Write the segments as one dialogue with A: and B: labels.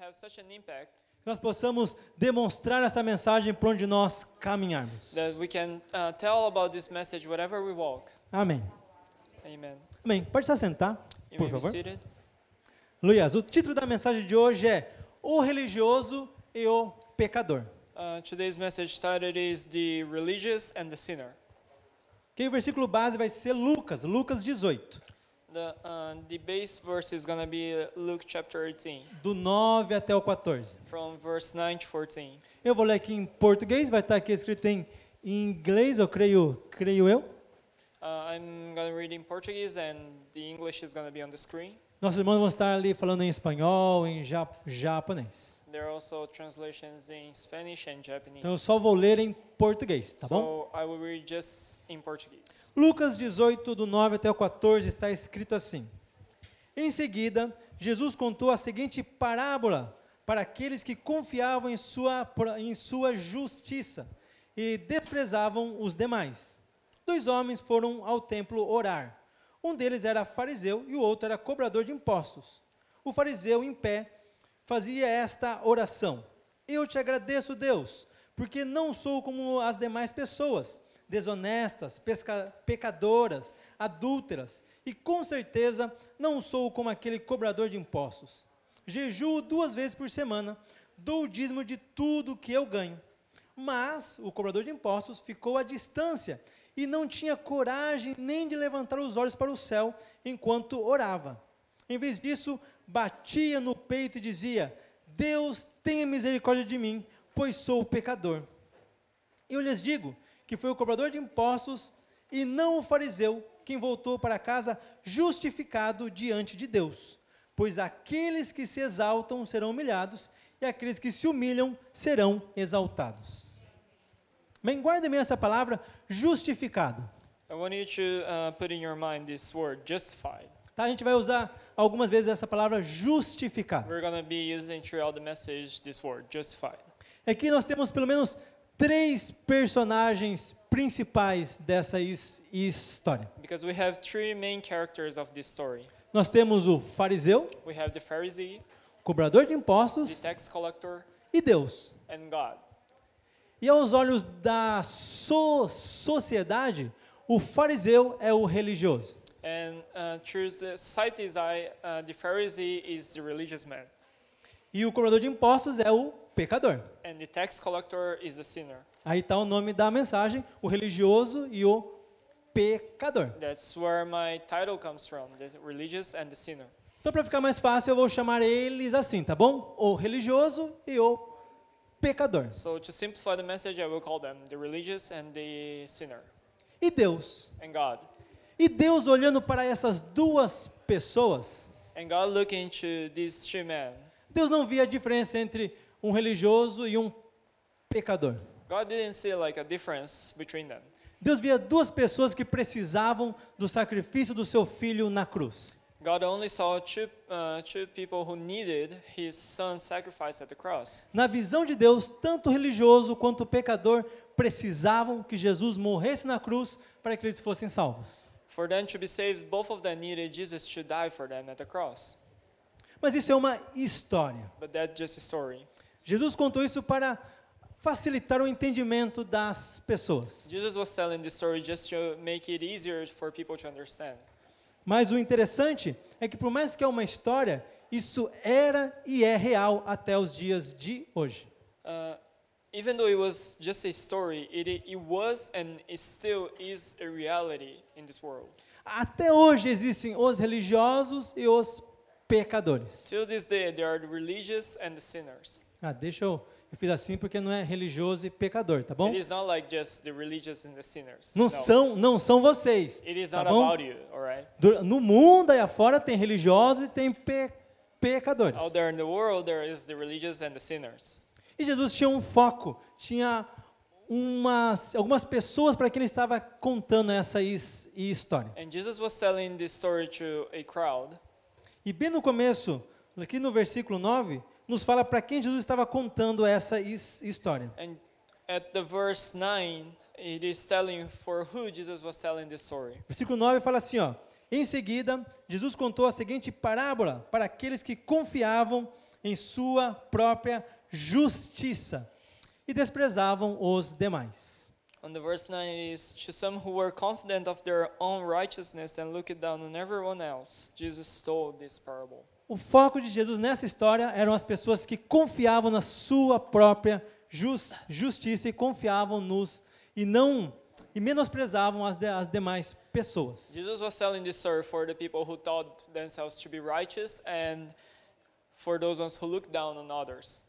A: have such an impact
B: Que nós possamos demonstrar essa mensagem por onde nós caminharmos.
A: that we can uh, tell about this message wherever we walk.
B: Amém.
A: Amen.
B: Amém. Pode se assentar,
A: You
B: por
A: may be
B: favor.
A: seated.
B: Luias, o título da mensagem de hoje é O Religioso e o Pecador.
A: Uh, today's message title is The Religious and the Sinner.
B: Que o versículo base vai ser Lucas, Lucas 18,
A: The, uh, the base verse is going to be uh, Luke chapter 18,
B: do 9 até o 14.
A: from verse 9 to 14.
B: Eu vou ler aqui em português, vai estar aqui escrito em em inglês, eu creio, creio eu.
A: Uh, I'm going to read in Portuguese, and the English is going to be on the screen.
B: Nossos irmãos vão estar ali falando em espanhol, em ja- japonês.
A: There are also translations in Spanish and Japanese.
B: Então eu só vou ler em português, tá bom?
A: so I will read just in Portuguese.
B: Lucas 18, do 9 até o 14, está escrito assim: Em seguida, Jesus contou a seguinte parábola para aqueles que confiavam em sua, em sua justiça e desprezavam os demais. Dois homens foram ao templo orar. Um deles era fariseu e o outro era cobrador de impostos. O fariseu, em pé, fazia esta oração: Eu te agradeço, Deus, porque não sou como as demais pessoas, desonestas, pesca- pecadoras, adúlteras, e com certeza não sou como aquele cobrador de impostos. Jejuo duas vezes por semana, dou o dízimo de tudo que eu ganho. Mas o cobrador de impostos ficou à distância e não tinha coragem nem de levantar os olhos para o céu enquanto orava. Em vez disso, batia no peito e dizia: Deus, tenha misericórdia de mim, pois sou pecador. Eu lhes digo que foi o cobrador de impostos e não o fariseu quem voltou para casa justificado diante de Deus. Pois aqueles que se exaltam serão humilhados, e aqueles que se humilham serão exaltados. Bem, guarda-me essa palavra, justificado.
A: I want you to uh, put in your mind this word, justified.
B: Tá? A gente vai usar algumas vezes essa palavra justificado.
A: We're going to be using throughout the message this word, justified.
B: Aqui É nós temos pelo menos três personagens principais dessa his- história.
A: Because we have three main characters of this story.
B: Nós temos o fariseu,
A: We have the Pharisee,
B: cobrador de
A: the
B: impostos
A: tax collector,
B: e Deus.
A: and God.
B: E aos olhos da so- sociedade, o fariseu é o religioso.
A: And uh, through the society's eye, uh, the Pharisee is the religious man,
B: E o cobrador de impostos é o pecador.
A: and the tax collector is the sinner.
B: Aí está o nome da mensagem, o religioso e o pecador.
A: That's where my title comes from, the religious and the sinner.
B: Então, para ficar mais fácil, eu vou chamar eles assim, tá bom? O religioso e o pecador.
A: So to simplify the message, I will call them the religious and the sinner,
B: E Deus?
A: and God.
B: E Deus olhando para essas duas pessoas,
A: And God looking to these three men.
B: Deus não via a diferença entre um religioso e um pecador.
A: God didn't see like a difference between them.
B: Deus via duas pessoas que precisavam do sacrifício do seu filho na cruz.
A: God only saw two, uh, two people who needed his son's sacrifice at the cross.
B: Na visão de Deus, tanto o religioso quanto o pecador precisavam que Jesus morresse na cruz para que eles fossem salvos.
A: For them to be saved, both of them needed Jesus to die for them at the cross.
B: Mas isso é uma história.
A: But that's just a story.
B: Jesus contou isso para facilitar o entendimento das pessoas.
A: Jesus was telling this story just to make it easier for people to understand.
B: Mas o interessante é que, por mais que é uma história, isso era e é real até os dias de hoje.
A: Uh, even though it was just a story, it, it was and it still is a reality in this world.
B: Até hoje existem os religiosos e os pecadores.
A: Till this day, there are the religious and the sinners.
B: Ah, deixa eu. Eu fiz assim porque não é religioso e pecador, tá bom?
A: It is not like just the religious and the sinners.
B: Não
A: no.
B: são, não são vocês.
A: It is
B: Tá
A: not
B: bom?
A: about you, all right?
B: Du- No mundo aí afora tem religiosos e tem pe- pecadores.
A: Out there in the world, there is the religious and the sinners.
B: E Jesus tinha um foco, tinha umas, algumas pessoas para quem ele estava contando essa his- história.
A: And Jesus was telling this story to a crowd.
B: E bem no começo, aqui no versículo 9, nos fala para quem Jesus estava contando essa his- história.
A: And at the verse 9, it is telling for who Jesus was telling this story.
B: Versículo 9 fala assim, ó: Em seguida, Jesus contou a seguinte parábola para aqueles que confiavam em sua própria justiça e desprezavam os demais.
A: On the verse 9 it is to some who were confident of their own righteousness and looked down on everyone else. Jesus told this parable.
B: O foco de Jesus nessa história eram as pessoas que confiavam na sua própria jus- justiça e confiavam nos e não e menosprezavam as, de- as demais pessoas.
A: Jesus was telling this story for the people who thought themselves to be righteous and for those ones who look down on others.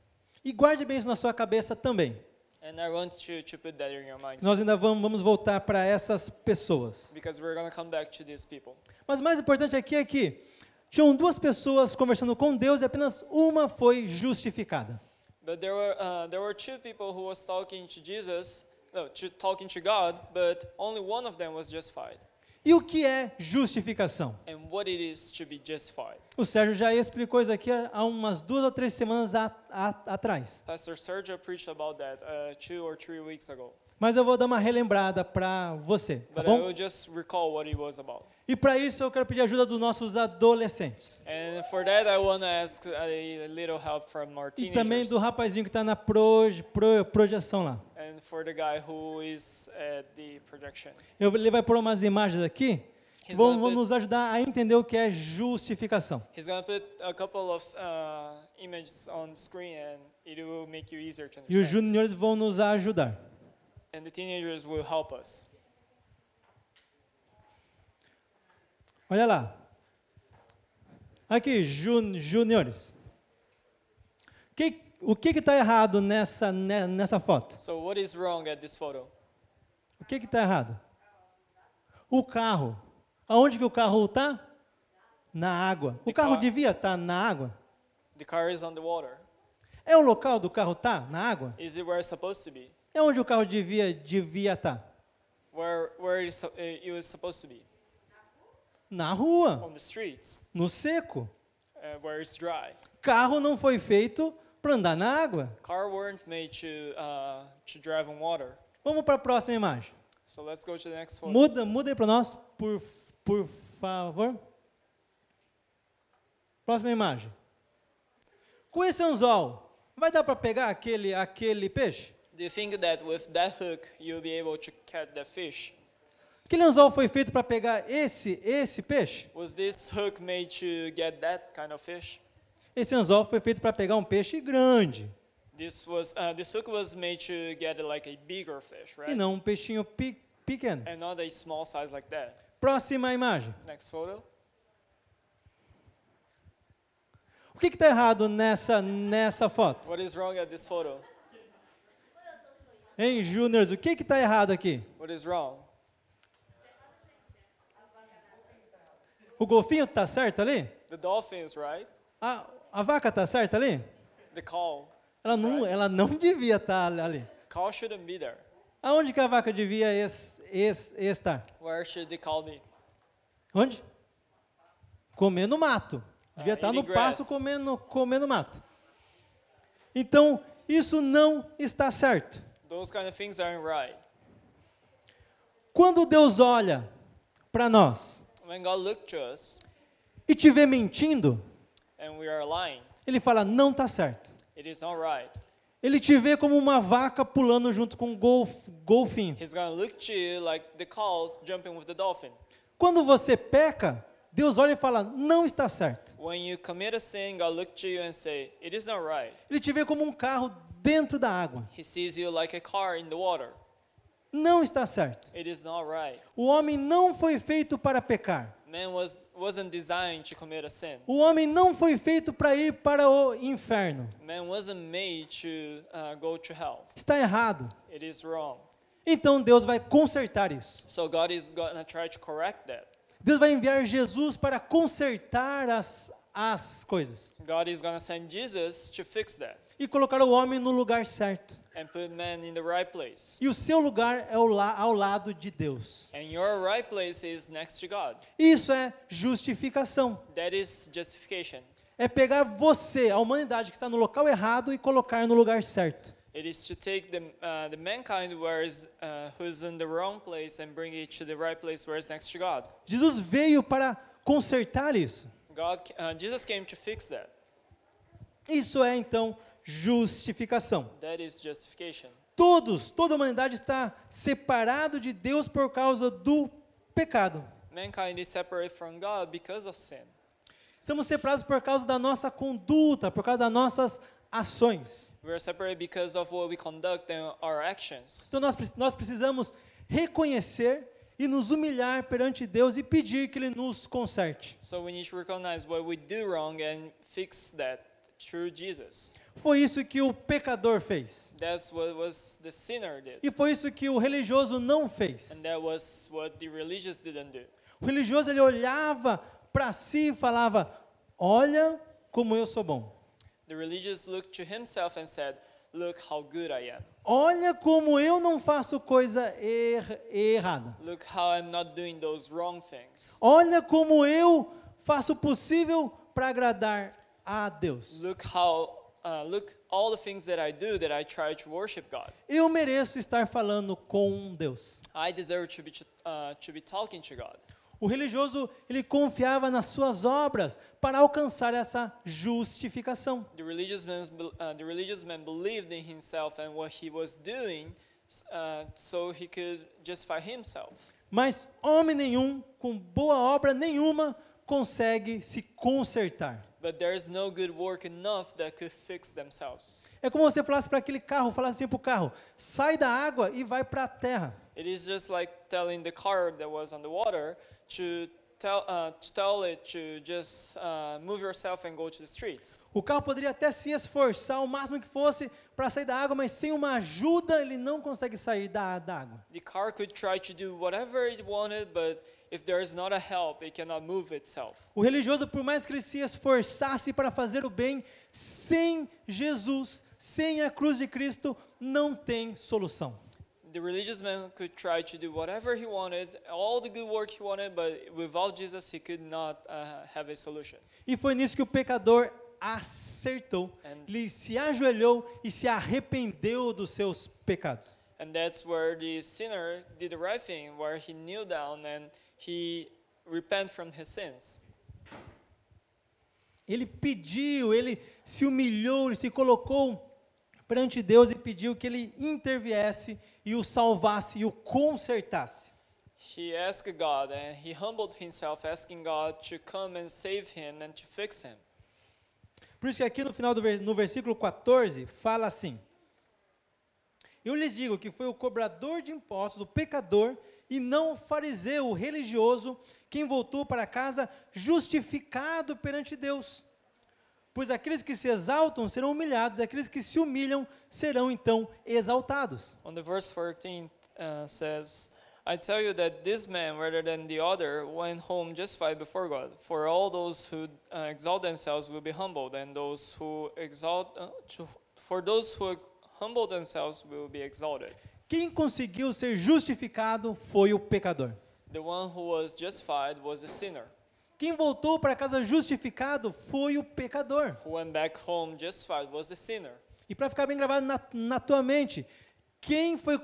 B: E guarde bem isso na sua cabeça também.
A: And I want you to put that in your mind
B: Nós ainda vamos, vamos voltar para essas pessoas.
A: because we're going to come back to these people.
B: Mas o mais importante aqui é que tinham duas pessoas conversando com Deus e apenas uma foi justificada.
A: But there were uh, there were two people who was talking to Jesus, no, to, talking to God, but only one of them was justified.
B: E o que é justificação?
A: And what it is to be justified.
B: O Sérgio já explicou isso aqui há umas duas ou três semanas a- a- atrás.
A: Pastor Sergio preached about that uh, two or three weeks ago.
B: Mas eu vou dar uma relembrada para você, tá
A: But I
B: bom?
A: will just recall what it was about.
B: E para isso eu quero pedir ajuda dos nossos adolescentes.
A: And for that, I want to ask a little help from our
B: E
A: teenagers.
B: também do rapazinho que está na proje- pro- projeção lá.
A: And for the guy who is at the projection.
B: Eu- ele vai pôr umas imagens aqui.
A: He's
B: Vão,
A: gonna
B: vão
A: put-
B: nos ajudar a entender o que é justificação.
A: He's going to put a couple of uh, images on screen and it will make you easier to
B: E os
A: understand.
B: juniores vão nos ajudar.
A: And the teenagers will help us.
B: Olha lá. Aqui, jun, juniores. Que- o que está errado nessa, ne- nessa foto?
A: So what is wrong at this photo?
B: O que está errado? O carro. Aonde que o carro está? Na água. O
A: De
B: carro
A: carro.
B: devia estar na água?
A: The car is on the water.
B: É o local do carro tá? Na água?
A: Is it where it's supposed to be?
B: É onde o carro devia estar? Devia tá?
A: Where where it, is, su- eh, it was supposed to be?
B: Na rua,
A: On the streets,
B: no seco.
A: uh, where it's dry.
B: Carro não foi feito para andar na água.
A: Car weren't made to uh, to drive on water.
B: Vamos para a próxima imagem.
A: So let's go to the next photo.
B: Muda, muda aí para nós, por, por favor. Próxima imagem. Com esse anzol, vai dar para pegar aquele, aquele peixe?
A: Do you think that with that hook you'll be able to catch the fish?
B: Aquele anzol foi feito para pegar esse, esse peixe?
A: Was this hook made to get that kind of fish?
B: Esse anzol foi feito para pegar um peixe grande
A: This was uh, this hook was made to get like a bigger fish,
B: e
A: right?
B: não um peixinho pe- pequeno.
A: And not a small size like that.
B: Próxima imagem.
A: Next photo.
B: O que está errado nessa, nessa foto?
A: What is wrong at this photo?
B: Hein, Juniors, o que está errado aqui?
A: What is wrong?
B: O golfinho está certo ali?
A: The dolphins, right?
B: A, a vaca está certa ali?
A: The call.
B: Ela não, ela não devia estar ali.
A: Call shouldn't be there.
B: Aonde que a vaca devia es- es- estar?
A: Where should the call be?
B: Onde? Comendo mato. Devia
A: Ah,
B: estar
A: in
B: no
A: the grass.
B: pasto comendo, comendo mato. Então, isso não está certo.
A: Those kind of things aren't right.
B: Quando Deus olha para nós
A: When God looked to us
B: e te vê mentindo,
A: and we are lying,
B: Ele fala, não está certo.
A: it is not right.
B: Ele te vê como uma vaca pulando junto com um golf- golfinho.
A: He's gonna look to you like the calls jumping with the dolphin.
B: Quando você peca, Deus olha e fala, não está certo.
A: When you commit a sin, God look to you and say, It is not right.
B: Ele te vê como um carro dentro da água.
A: He sees you like a car in the water.
B: Não está certo.
A: It is not right.
B: O homem não foi feito para pecar.
A: Man was wasn't designed to commit a sin.
B: O homem não foi feito para ir para o inferno.
A: Man wasn't made to uh, go to hell.
B: Está errado.
A: It is wrong.
B: Então Deus vai consertar isso.
A: So God is gonna try to correct that.
B: Deus vai enviar Jesus para consertar as, as coisas
A: God is gonna send Jesus to fix that
B: e colocar o homem no lugar certo.
A: and put man in the right place.
B: E o seu lugar é o la- ao lado de Deus.
A: And your right place is next to God.
B: Isso é justificação.
A: That is justification.
B: É pegar você, a humanidade que está no local errado e colocar no lugar certo.
A: It is to take the, uh, the mankind where is, uh, who's in the wrong place and bring it to the right place where it's next to God.
B: Jesus veio para consertar isso.
A: God, ca- uh, Jesus came to fix that.
B: Isso é então justificação.
A: That is justification.
B: Todos, toda a humanidade está separado de Deus por causa do pecado.
A: Mankind is separate from God because of sin.
B: Estamos separados por causa da nossa conduta, por causa das nossas ações.
A: We are separate because of what we conduct and our actions.
B: Então nós, pre- nós precisamos reconhecer e nos humilhar perante Deus e pedir que Ele nos conserte.
A: So we need to recognize what we do wrong and fix that through Jesus.
B: Foi isso que o pecador fez.
A: That's what was the sinner did.
B: E foi isso que o religioso não fez.
A: And that was what the religious didn't do.
B: O religioso ele olhava para si e falava: Olha como eu sou bom.
A: The religious looked to himself and said, Look how good I am.
B: Olha como eu não faço coisa er- errada.
A: Look how I'm not doing those wrong things.
B: Olha como eu faço o possível para agradar a Deus.
A: Look how, uh, look all the things that I do that I try to worship God.
B: Eu mereço estar falando com Deus.
A: I deserve to be, ch- uh, to be talking to God.
B: O religioso ele confiava nas suas obras para alcançar essa justificação.
A: The religious, man's, bel- uh, the religious man believed in himself and what he was doing s- uh, so he could justify himself.
B: Mas homem nenhum, com boa obra nenhuma, consegue se consertar.
A: But there is no good work enough that could fix themselves.
B: É como você falasse para aquele carro, falasse assim para o carro: sai da água e vai para a terra.
A: It is just like telling the car that was on the water to tell, uh, to tell it to just uh, move yourself and go to the streets.
B: O carro poderia até se esforçar o máximo que fosse para sair da água, mas sem uma ajuda ele não consegue sair da, da água.
A: The car could try to do whatever it wanted, but if there is not a help, it cannot move itself.
B: O religioso, por mais que ele se esforçasse para fazer o bem, sem Jesus, sem a cruz de Cristo, não tem solução.
A: The religious man could try to do whatever he wanted, all the good work he wanted, but without Jesus, he could not uh, have a solution.
B: E foi nisso que o pecador acertou.
A: And-
B: Ele se ajoelhou e se arrependeu dos seus pecados.
A: And that's where the sinner did the right thing, where he kneeled down and he repent from his sins.
B: Ele pediu, ele se humilhou, ele se colocou perante Deus e pediu que ele interviesse e o salvasse e o consertasse.
A: He asked God and he humbled himself, asking God to come and save him and to fix him.
B: Por isso que aqui no final do vers- no versículo 14 fala assim: Eu lhes digo que foi o cobrador de impostos, o pecador, e não o fariseu, o religioso, quem voltou para casa justificado perante Deus. Pois aqueles que se exaltam serão humilhados, e aqueles que se humilham serão então exaltados.
A: On the verse 14 uh, says, I tell you that this man, rather than the other, went home justified before God. For all those who uh, exalt themselves will be humbled, and those who exalt, uh, to, for those who humble themselves will be exalted.
B: Quem conseguiu ser justificado foi o pecador.
A: The one who was justified was a sinner.
B: Quem voltou para casa justificado foi o pecador.
A: Who went back home justified was a sinner.
B: E para ficar bem gravado na, na tua mente, quem foi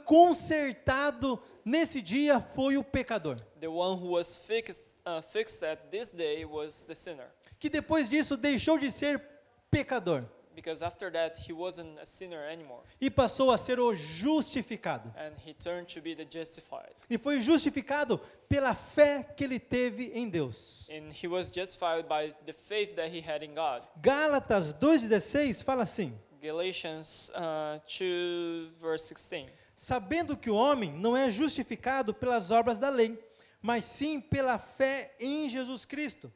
B: consertado nesse dia foi o pecador.
A: The one who was fixed, uh, fixed at this day was the sinner.
B: Que depois disso deixou de ser pecador
A: Because after that, he wasn't a sinner anymore.
B: e passou a ser o justificado.
A: And he turned to be the justified.
B: E foi justificado pela fé que ele teve em Deus.
A: And he was justified by the faith that he had in God.
B: Gálatas 2,16 fala assim:
A: Galatians uh, 2, verse 16.
B: sabendo que o homem não é justificado pelas obras da lei, mas sim pela fé em Jesus Cristo.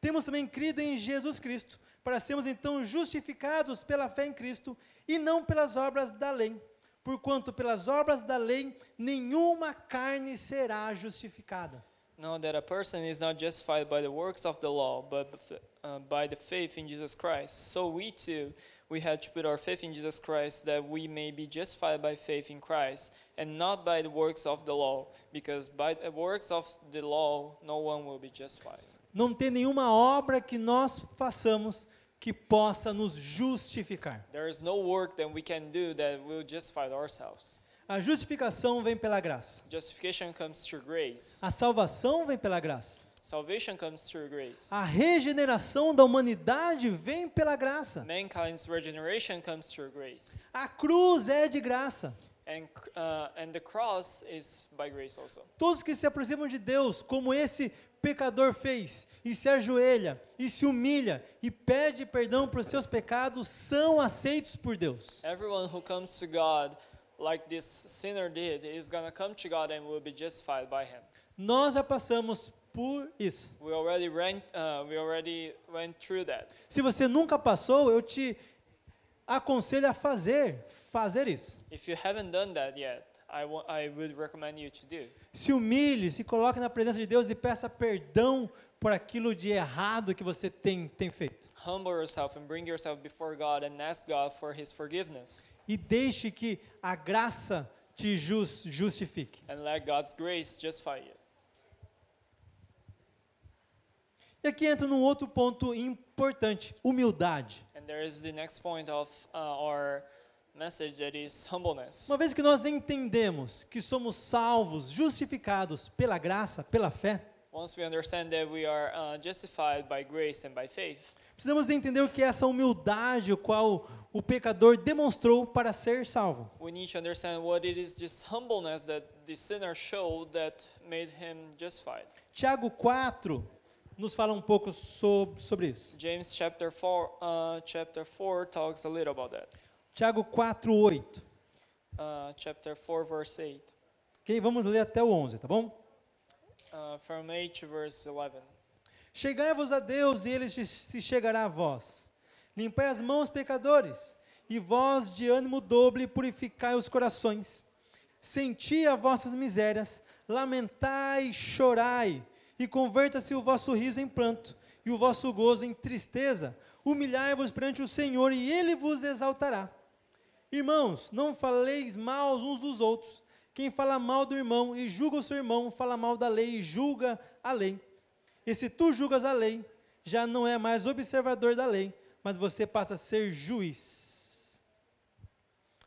B: Temos também crido em Jesus Cristo, para sermos então justificados pela fé em Cristo e não pelas obras da lei. Porquanto pelas obras da lei nenhuma carne será justificada.
A: Know that a person is not justified by the works of the law, but bef- uh, by the faith in Jesus Christ. So we too, we had to put our faith in Jesus Christ that we may be justified by faith in Christ and not by the works of the law, because by the works of the law, no one will be justified.
B: Não tem nenhuma obra que nós façamos que possa nos justificar.
A: There is no work that we can do that will justify ourselves.
B: A justificação vem pela graça.
A: Justification comes through grace.
B: A salvação vem pela graça.
A: Salvation comes through grace.
B: A regeneração da humanidade vem pela
A: Né?
B: graça.
A: Mankind's regeneration comes through grace.
B: A cruz é de graça.
A: And, c- uh, and the cross is by grace also.
B: Todos que se aproximam de Deus, como esse pecador fez, e se ajoelha, e se humilha, e pede perdão para os seus pecados, são aceitos por Deus.
A: Everyone who comes to God, like this sinner did, is going to come to God and will be justified by Him.
B: Nós já passamos por isso.
A: We already, ran, uh, we already went through that.
B: Se você nunca passou, eu te aconselho a fazer, fazer isso.
A: If you haven't done that yet, I wa- I would recommend you to do.
B: Se humilhe, se coloque na presença de Deus e peça perdão por aquilo de errado que você tem, tem feito.
A: Humble yourself and bring yourself before God and ask God for His forgiveness.
B: E deixe que a graça te jus- justifique.
A: And let God's grace justify you.
B: E aqui entra num outro ponto importante: humildade.
A: And there is the next point of uh, our message that is humbleness.
B: Uma vez que nós entendemos que somos salvos, justificados pela graça, pela fé,
A: Once we understand that we are uh, justified by grace and by faith,
B: precisamos entender o que é essa humildade, o qual o pecador demonstrou para ser salvo.
A: we need to understand what it is this humbleness that the sinner showed that made him justified.
B: Tiago 4 nos fala um pouco sob- sobre isso.
A: James chapter 4, uh, chapter 4 talks a little about that.
B: Tiago 4:8.
A: Uh, chapter 4, verse 8,
B: OK? Vamos ler até o 11, tá bom?
A: uh, from 8 to verse 11.
B: Chegai-vos a Deus e ele se- se chegará a vós. Limpai as mãos, pecadores, e vós de ânimo dobre purificai os corações. Senti as vossas misérias, lamentai, chorai, e converta-se o vosso riso em pranto, e o vosso gozo em tristeza. Humilhai-vos perante o Senhor, e ele vos exaltará. Irmãos, não faleis mal uns dos outros. Quem fala mal do irmão e julga o seu irmão, fala mal da lei e julga a lei. E se tu julgas a lei, já não é mais observador da lei, mas você passa a ser juiz.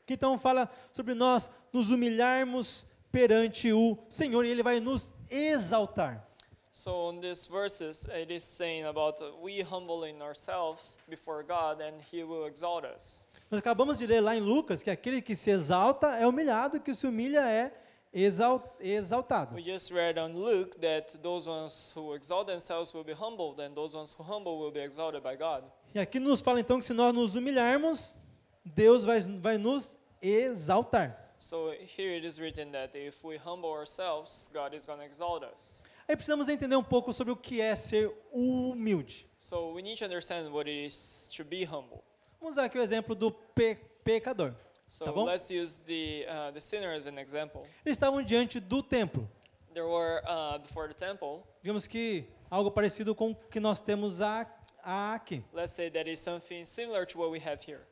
B: Que então fala sobre nós nos humilharmos perante o Senhor e ele vai nos exaltar.
A: So on these verses, it is saying about uh, we humbling ourselves before God and He will exalt us.
B: Nós acabamos de ler lá em Lucas que aquele que se exalta é humilhado, que se humilha é exal- exaltado.
A: We just read on Luke that those ones who exalt themselves will be humbled, and those ones who humble will be exalted by God.
B: E aqui nos fala então que se nós nos humilharmos, Deus vai, vai nos exaltar.
A: So here it is written that if we humble ourselves, God is going to exalt us.
B: Aí precisamos entender um pouco sobre o que é ser humilde.
A: So we need to understand what it is to be humble.
B: Vamos usar aqui o exemplo do pe- pecador.
A: So
B: Tá bom?
A: let's use the uh, the sinner as an example.
B: Eles estavam diante do templo.
A: There were uh, before the temple.
B: Digamos que algo parecido com o que nós temos a- a- aqui.
A: Let's say that is something similar to what we have here,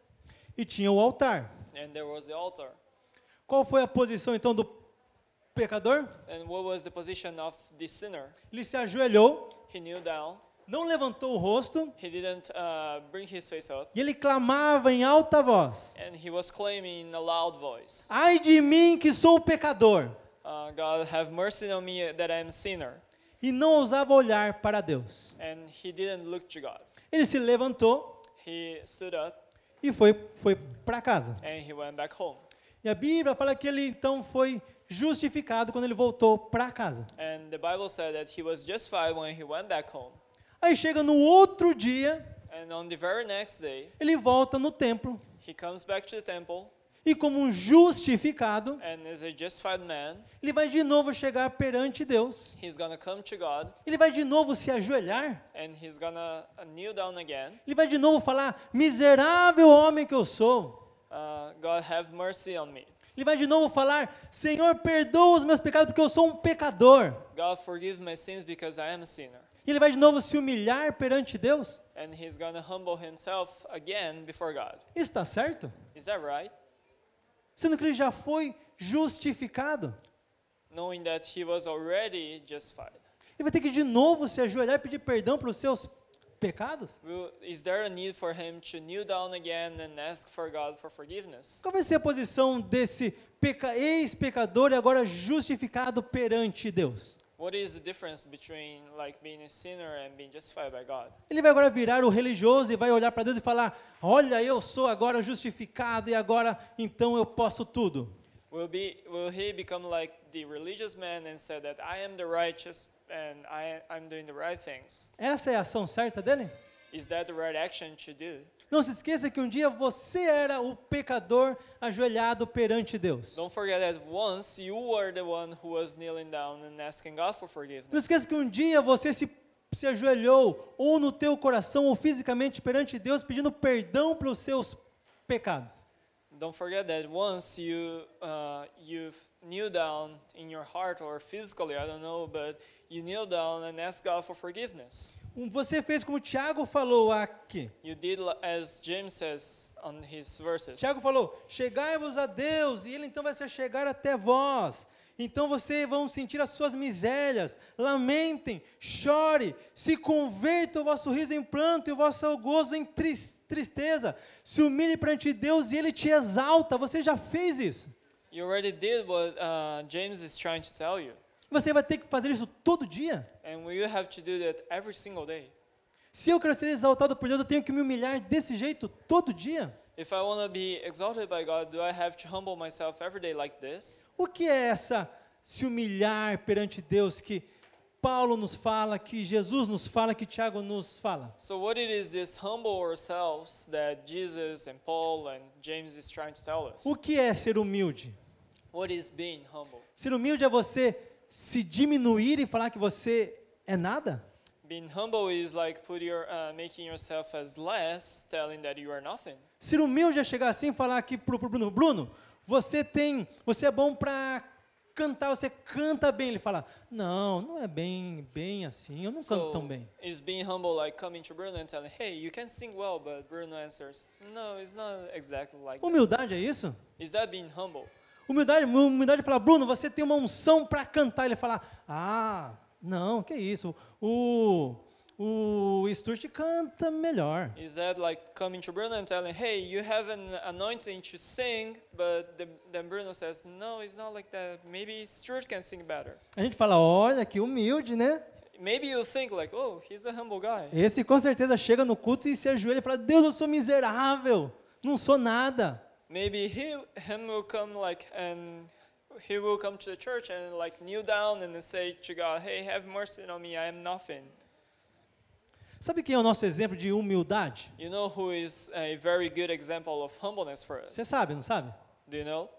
B: E tinha o altar.
A: and there was the altar.
B: Qual foi a posição então do pecador?
A: And what was the position of the sinner?
B: Ele se ajoelhou,
A: He kneel down.
B: não levantou o rosto
A: He didn't uh, bring his face up.
B: e ele clamava em alta voz:
A: And he was claiming in a loud voice,
B: Ai de mim que sou pecador!
A: uh, God have mercy on me that I am sinner.
B: e não ousava olhar para Deus.
A: And he didn't look to God.
B: Ele se levantou
A: He stood up
B: e foi, foi para casa.
A: and he went back home.
B: E a Bíblia fala que ele então foi justificado quando ele voltou para casa.
A: And the Bible said that he was justified when he went back home.
B: Aí chega no outro dia,
A: And on the very next day,
B: ele volta no templo
A: he comes back to the temple
B: e, como um justificado,
A: and is a justified man.
B: ele vai de novo chegar perante Deus.
A: He's gonna come to God
B: Ele vai de novo se ajoelhar.
A: and he's gonna uh, kneel down again.
B: Ele vai de novo falar: Miserável homem que eu sou.
A: Uh, God have mercy on me.
B: Ele vai de novo falar: Senhor, perdoa os meus pecados porque eu sou um pecador.
A: God forgive my sins because I am a sinner.
B: E ele vai de novo se humilhar perante Deus.
A: And he's gonna humble himself again before God.
B: Isso está certo?
A: Is that right?
B: Sendo que ele já foi justificado.
A: Knowing that he was already justified.
B: Ele vai ter que de novo se ajoelhar e pedir perdão pelos seus pecados?
A: Will, is there a need for him to kneel down again and ask for God for forgiveness?
B: Qual vai ser a posição desse peca- ex-pecador e agora justificado perante Deus?
A: What is the difference between like being a sinner and being justified by God?
B: Ele vai agora virar o religioso e vai olhar para Deus e falar: Olha, eu sou agora justificado e agora então eu posso tudo.
A: Will be will he become like the religious man and say that I am the righteous and I I'm doing the right things?
B: Essa é a ação certa dele?
A: Is that the right action to do?
B: Não se esqueça que um dia você era o pecador ajoelhado perante Deus.
A: Don't forget that once you were the one who was kneeling down and asking God for
B: Não
A: forgiveness.
B: esqueça que um dia você se, se ajoelhou, ou no teu coração, ou fisicamente perante Deus, pedindo perdão pelos seus pecados.
A: Don't forget that once you uh, you kneel down in your heart or physically, I don't know, but you kneel down and ask God for forgiveness.
B: Um, Você fez como Tiago falou aqui.
A: You did li- as James says on his verses.
B: Tiago falou: Chegai-vos a Deus, e Ele então vai se chegar até vós. Então vocês vão sentir as suas misérias, lamentem, chore, se converta o vosso riso em pranto e o vosso gozo em tris- tristeza. Se humilhe perante Deus e Ele te exalta. Você já fez isso.
A: You already did what uh, James is trying to tell you,
B: Você vai ter que fazer isso todo dia.
A: and we have to do that every single day.
B: Se eu quero ser exaltado por Deus, eu tenho que me humilhar desse jeito todo dia.
A: If I want to be exalted by God, do I have to humble myself every day like this?
B: O que é essa se humilhar perante Deus que Paulo nos fala, que Jesus nos fala, que Tiago nos fala?
A: So what it is this humble ourselves that Jesus and Paul and James is trying to tell us?
B: O que é ser humilde?
A: What is being humble?
B: Ser humilde é você se diminuir e falar que você é nada?
A: Being humble is like put your uh, making yourself as less, telling that you are nothing.
B: Ser humilde é chegar assim e falar aqui pro, pro Bruno, Bruno, você tem, você é bom para cantar, você canta bem. Ele fala, não, não é bem, bem assim, eu não canto tão bem.
A: is being humble like coming to Bruno and telling, "Hey, you can sing well," but Bruno answers, "No, it's not exactly like." that."
B: Humildade é isso?
A: Is that being humble?
B: Humildade, humildade é falar, Bruno, você tem uma unção para cantar. Ele fala, ah, não, que isso, o, o Stuart canta melhor.
A: Is that like coming to Bruno and telling, "Hey, you have an anointing to sing," but the, then Bruno says, "No, it's not like that. Maybe Stuart can sing better."
B: A gente fala, olha que humilde, né?
A: Maybe you think like, "Oh, he's a humble guy."
B: Esse com certeza chega no culto e se ajoelha e fala, Deus, eu sou miserável, não sou nada.
A: Maybe he him will come like and he will come to the church and like kneel down and say to God, "Hey, have mercy on me. I am nothing."
B: Sabe quem é o nosso exemplo de humildade?
A: You know who is a very good example of humbleness for us?
B: Você sabe, não sabe?
A: Do you know?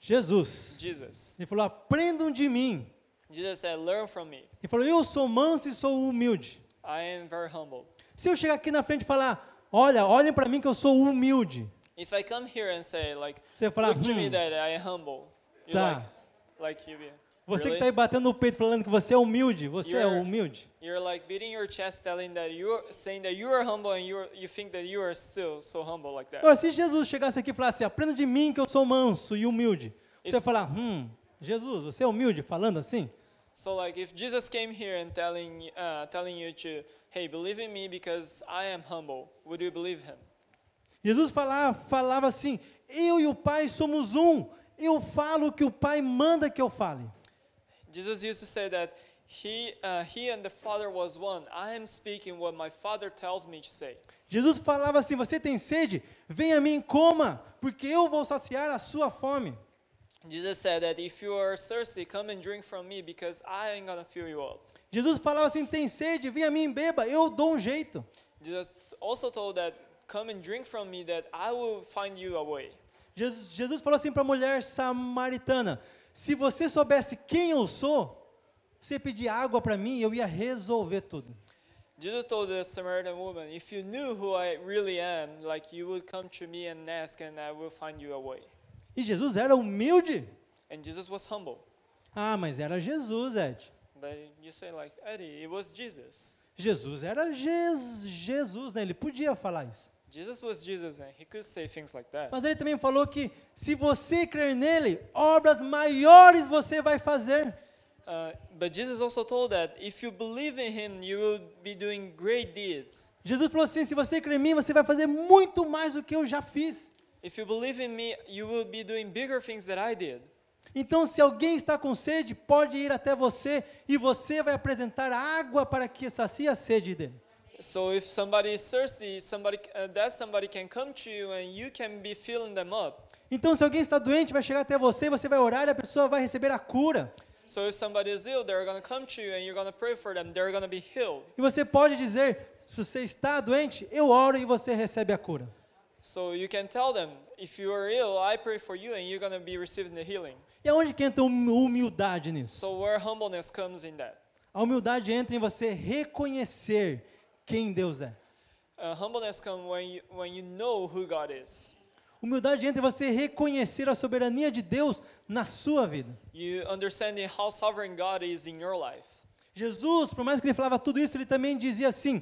B: Jesus.
A: Jesus.
B: Ele falou, aprendam de mim.
A: Jesus said, Learn from me.
B: Ele falou, eu sou manso e sou humilde.
A: I am very humble.
B: Se eu chegar aqui na frente e falar, olha, olhem para mim que eu sou humilde.
A: If I come here and say, like,
B: Você vai falar,
A: look to me
B: "Hum,
A: that I am humble, you
B: Tá.
A: like, like you be.
B: você que
A: really?
B: está aí batendo no peito falando que você é humilde, você é
A: You're-
B: humilde.
A: You're like beating your chest, telling that you're saying that you are humble and you are, you think that you are still so humble like that.
B: Agora, se Jesus chegasse aqui e falasse, aprenda de mim que eu sou manso e humilde. Você
A: Isso.
B: vai falar, hum, Jesus, você é humilde falando assim?
A: So like, if Jesus came here and telling uh, telling you to, hey, believe in me because I am humble, would you believe him?
B: Jesus falava, falava assim: Eu e o Pai somos um. Eu falo o que o Pai manda que eu fale.
A: Jesus used to say that he, uh, he and the Father was one. I am speaking what my Father tells me to say.
B: Jesus falava assim: Você tem sede? Venha a mim, coma, porque eu vou saciar a sua fome.
A: Jesus said that if you are thirsty, come and drink from me because I ain't gonna fill you up.
B: Jesus falava assim: Tem sede? Venha a mim, beba. Eu dou um jeito.
A: Jesus also told that come and drink from me that I will find you a way.
B: Jesus, Jesus falou assim para a mulher samaritana: Se você soubesse quem eu sou, você pedir água para mim, eu ia resolver tudo.
A: Jesus told the Samaritan woman, if you knew who I really am, like you would come to me and ask and I will find you a way.
B: E Jesus era humilde.
A: And Jesus was humble.
B: Ah, mas era Jesus, Ed.
A: But you say like, Eddie, it was Jesus.
B: Jesus era Jes- Jesus, né? Ele podia falar isso.
A: Jesus was Jesus and he could say things like that.
B: Mas ele também falou que se você crer nele, obras maiores você vai fazer.
A: Uh, but Jesus also told that if you believe in him, you will be doing great deeds.
B: Jesus falou assim: se você crer em mim, você vai fazer muito mais do que eu já fiz.
A: If you believe in me, you will be doing bigger things that I did.
B: Então, se alguém está com sede, pode ir até você e você vai apresentar água para que sacie a sede dele.
A: So if somebody is thirsty, somebody uh, that somebody can come to you and you can be filling them up.
B: Então, se alguém está doente, vai chegar até você, e você vai orar e a pessoa vai receber a cura.
A: So if somebody is ill, they're gonna come to you and you're gonna pray for them. They're gonna be healed.
B: E você pode dizer: se você está doente, eu oro e você recebe a cura.
A: So you can tell them, if you are ill, I pray for you and you're gonna be receiving the healing.
B: E aonde que entra hum- humildade nisso?
A: So where humbleness comes in that.
B: A humildade entra em você reconhecer quem Deus é.
A: Uh, humbleness comes when you, when you know who God is.
B: Humildade entra em você reconhecer a soberania de Deus na sua vida.
A: You understanding how sovereign God is in your life.
B: Jesus, por mais que ele falava tudo isso, ele também dizia assim: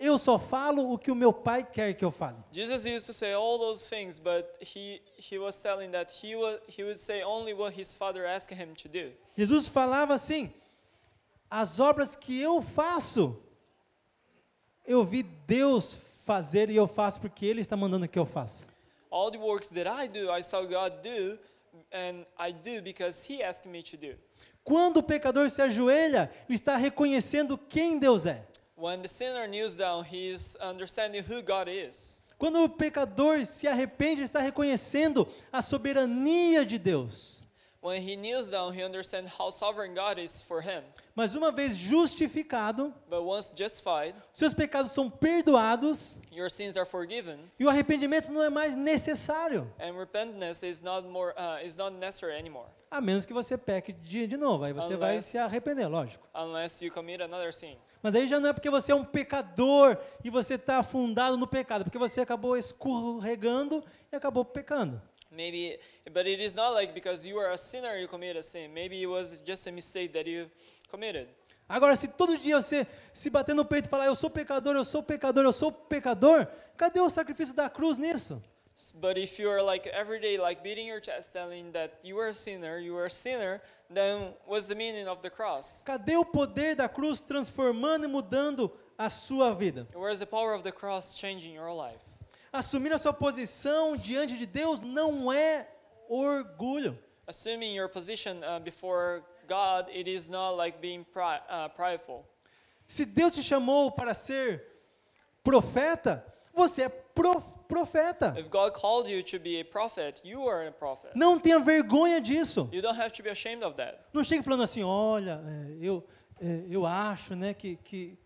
B: Eu só falo o que o meu Pai quer que eu fale.
A: Jesus used to say all those things, but he, he was telling that he would, he would say only what his father asked him to do.
B: Jesus falava assim: As obras que eu faço, eu vi Deus fazer e eu faço porque Ele está mandando que eu faça.
A: All the works that I do, I saw God do, and I do because he asked me to do.
B: Quando o pecador se ajoelha, ele está reconhecendo quem Deus é.
A: When the sinner kneels down, he is understanding who God is.
B: Quando o pecador se arrepende, ele está reconhecendo a soberania de Deus.
A: When he kneels down, he understands how sovereign God is for him.
B: Mas uma vez justificado,
A: But once justified,
B: seus pecados são perdoados
A: your sins are forgiven,
B: e o arrependimento não é mais necessário,
A: and repentance is not more uh, is not necessary anymore,
B: a menos que você peque de, de novo. Aí você vai
A: Unless-
B: se arrepender, lógico.
A: unless you commit another sin.
B: Mas aí já não é porque você é um pecador e você está afundado no pecado, porque você acabou escorregando e acabou pecando.
A: Maybe, but it is not like because you are a sinner you commit a sin. Maybe it was just a mistake that you committed.
B: Agora, se todo dia você se bater no peito e falar, eu sou pecador, eu sou pecador, eu sou pecador, cadê o sacrifício da cruz nisso?
A: S- But if you are like every day, like beating your chest, telling that you are a sinner, you are a sinner, then what's the meaning of the cross?
B: Cadê o poder da cruz transformando e mudando a sua vida?
A: Where is the power of the cross changing your life?
B: Assumir a sua posição diante de Deus não é orgulho.
A: Assuming your position uh, before God, it is not like being pri- uh, prideful.
B: Se Deus te chamou para ser profeta, você é prof- profeta.
A: If God called you to be a prophet, you are a prophet.
B: Não tenha vergonha disso.
A: You don't have to be ashamed of that.
B: Não chegue falando assim, olha, é, eu, é, eu acho, né, que, que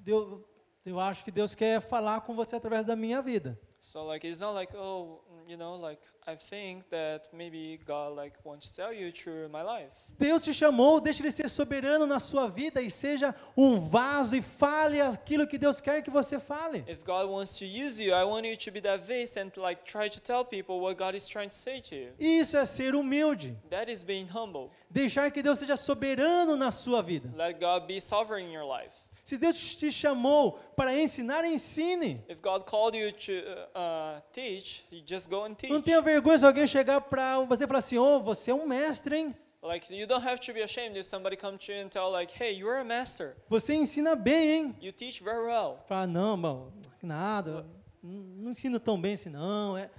B: Deus, eu acho que Deus quer falar com você através da minha vida.
A: So like it's not like oh mm, you know like I think that maybe God like wants to tell you through my life.
B: Deus te chamou, deixe Ele ser soberano na sua vida e seja um vaso e fale aquilo que Deus quer que você fale.
A: If God wants to use you, I want you to be that vase and like try to tell people what God is trying to say to you.
B: Isso é ser humilde,
A: That is being humble.
B: deixar que Deus seja soberano na sua vida.
A: Let God be sovereign in your life.
B: Se Deus te chamou para ensinar, ensine.
A: If God called you to uh, uh, teach, you just go and
B: Não
A: teach.
B: tenha vergonha se alguém chegar para você e falar assim, ô, você é um mestre, hein?
A: Like you don't have to be ashamed if somebody comes to you and tell like, hey, you're a master.
B: Você ensina bem, hein?
A: You teach very well.
B: Falar, não, bom, nada, não não ensino tão bem assim, não. É,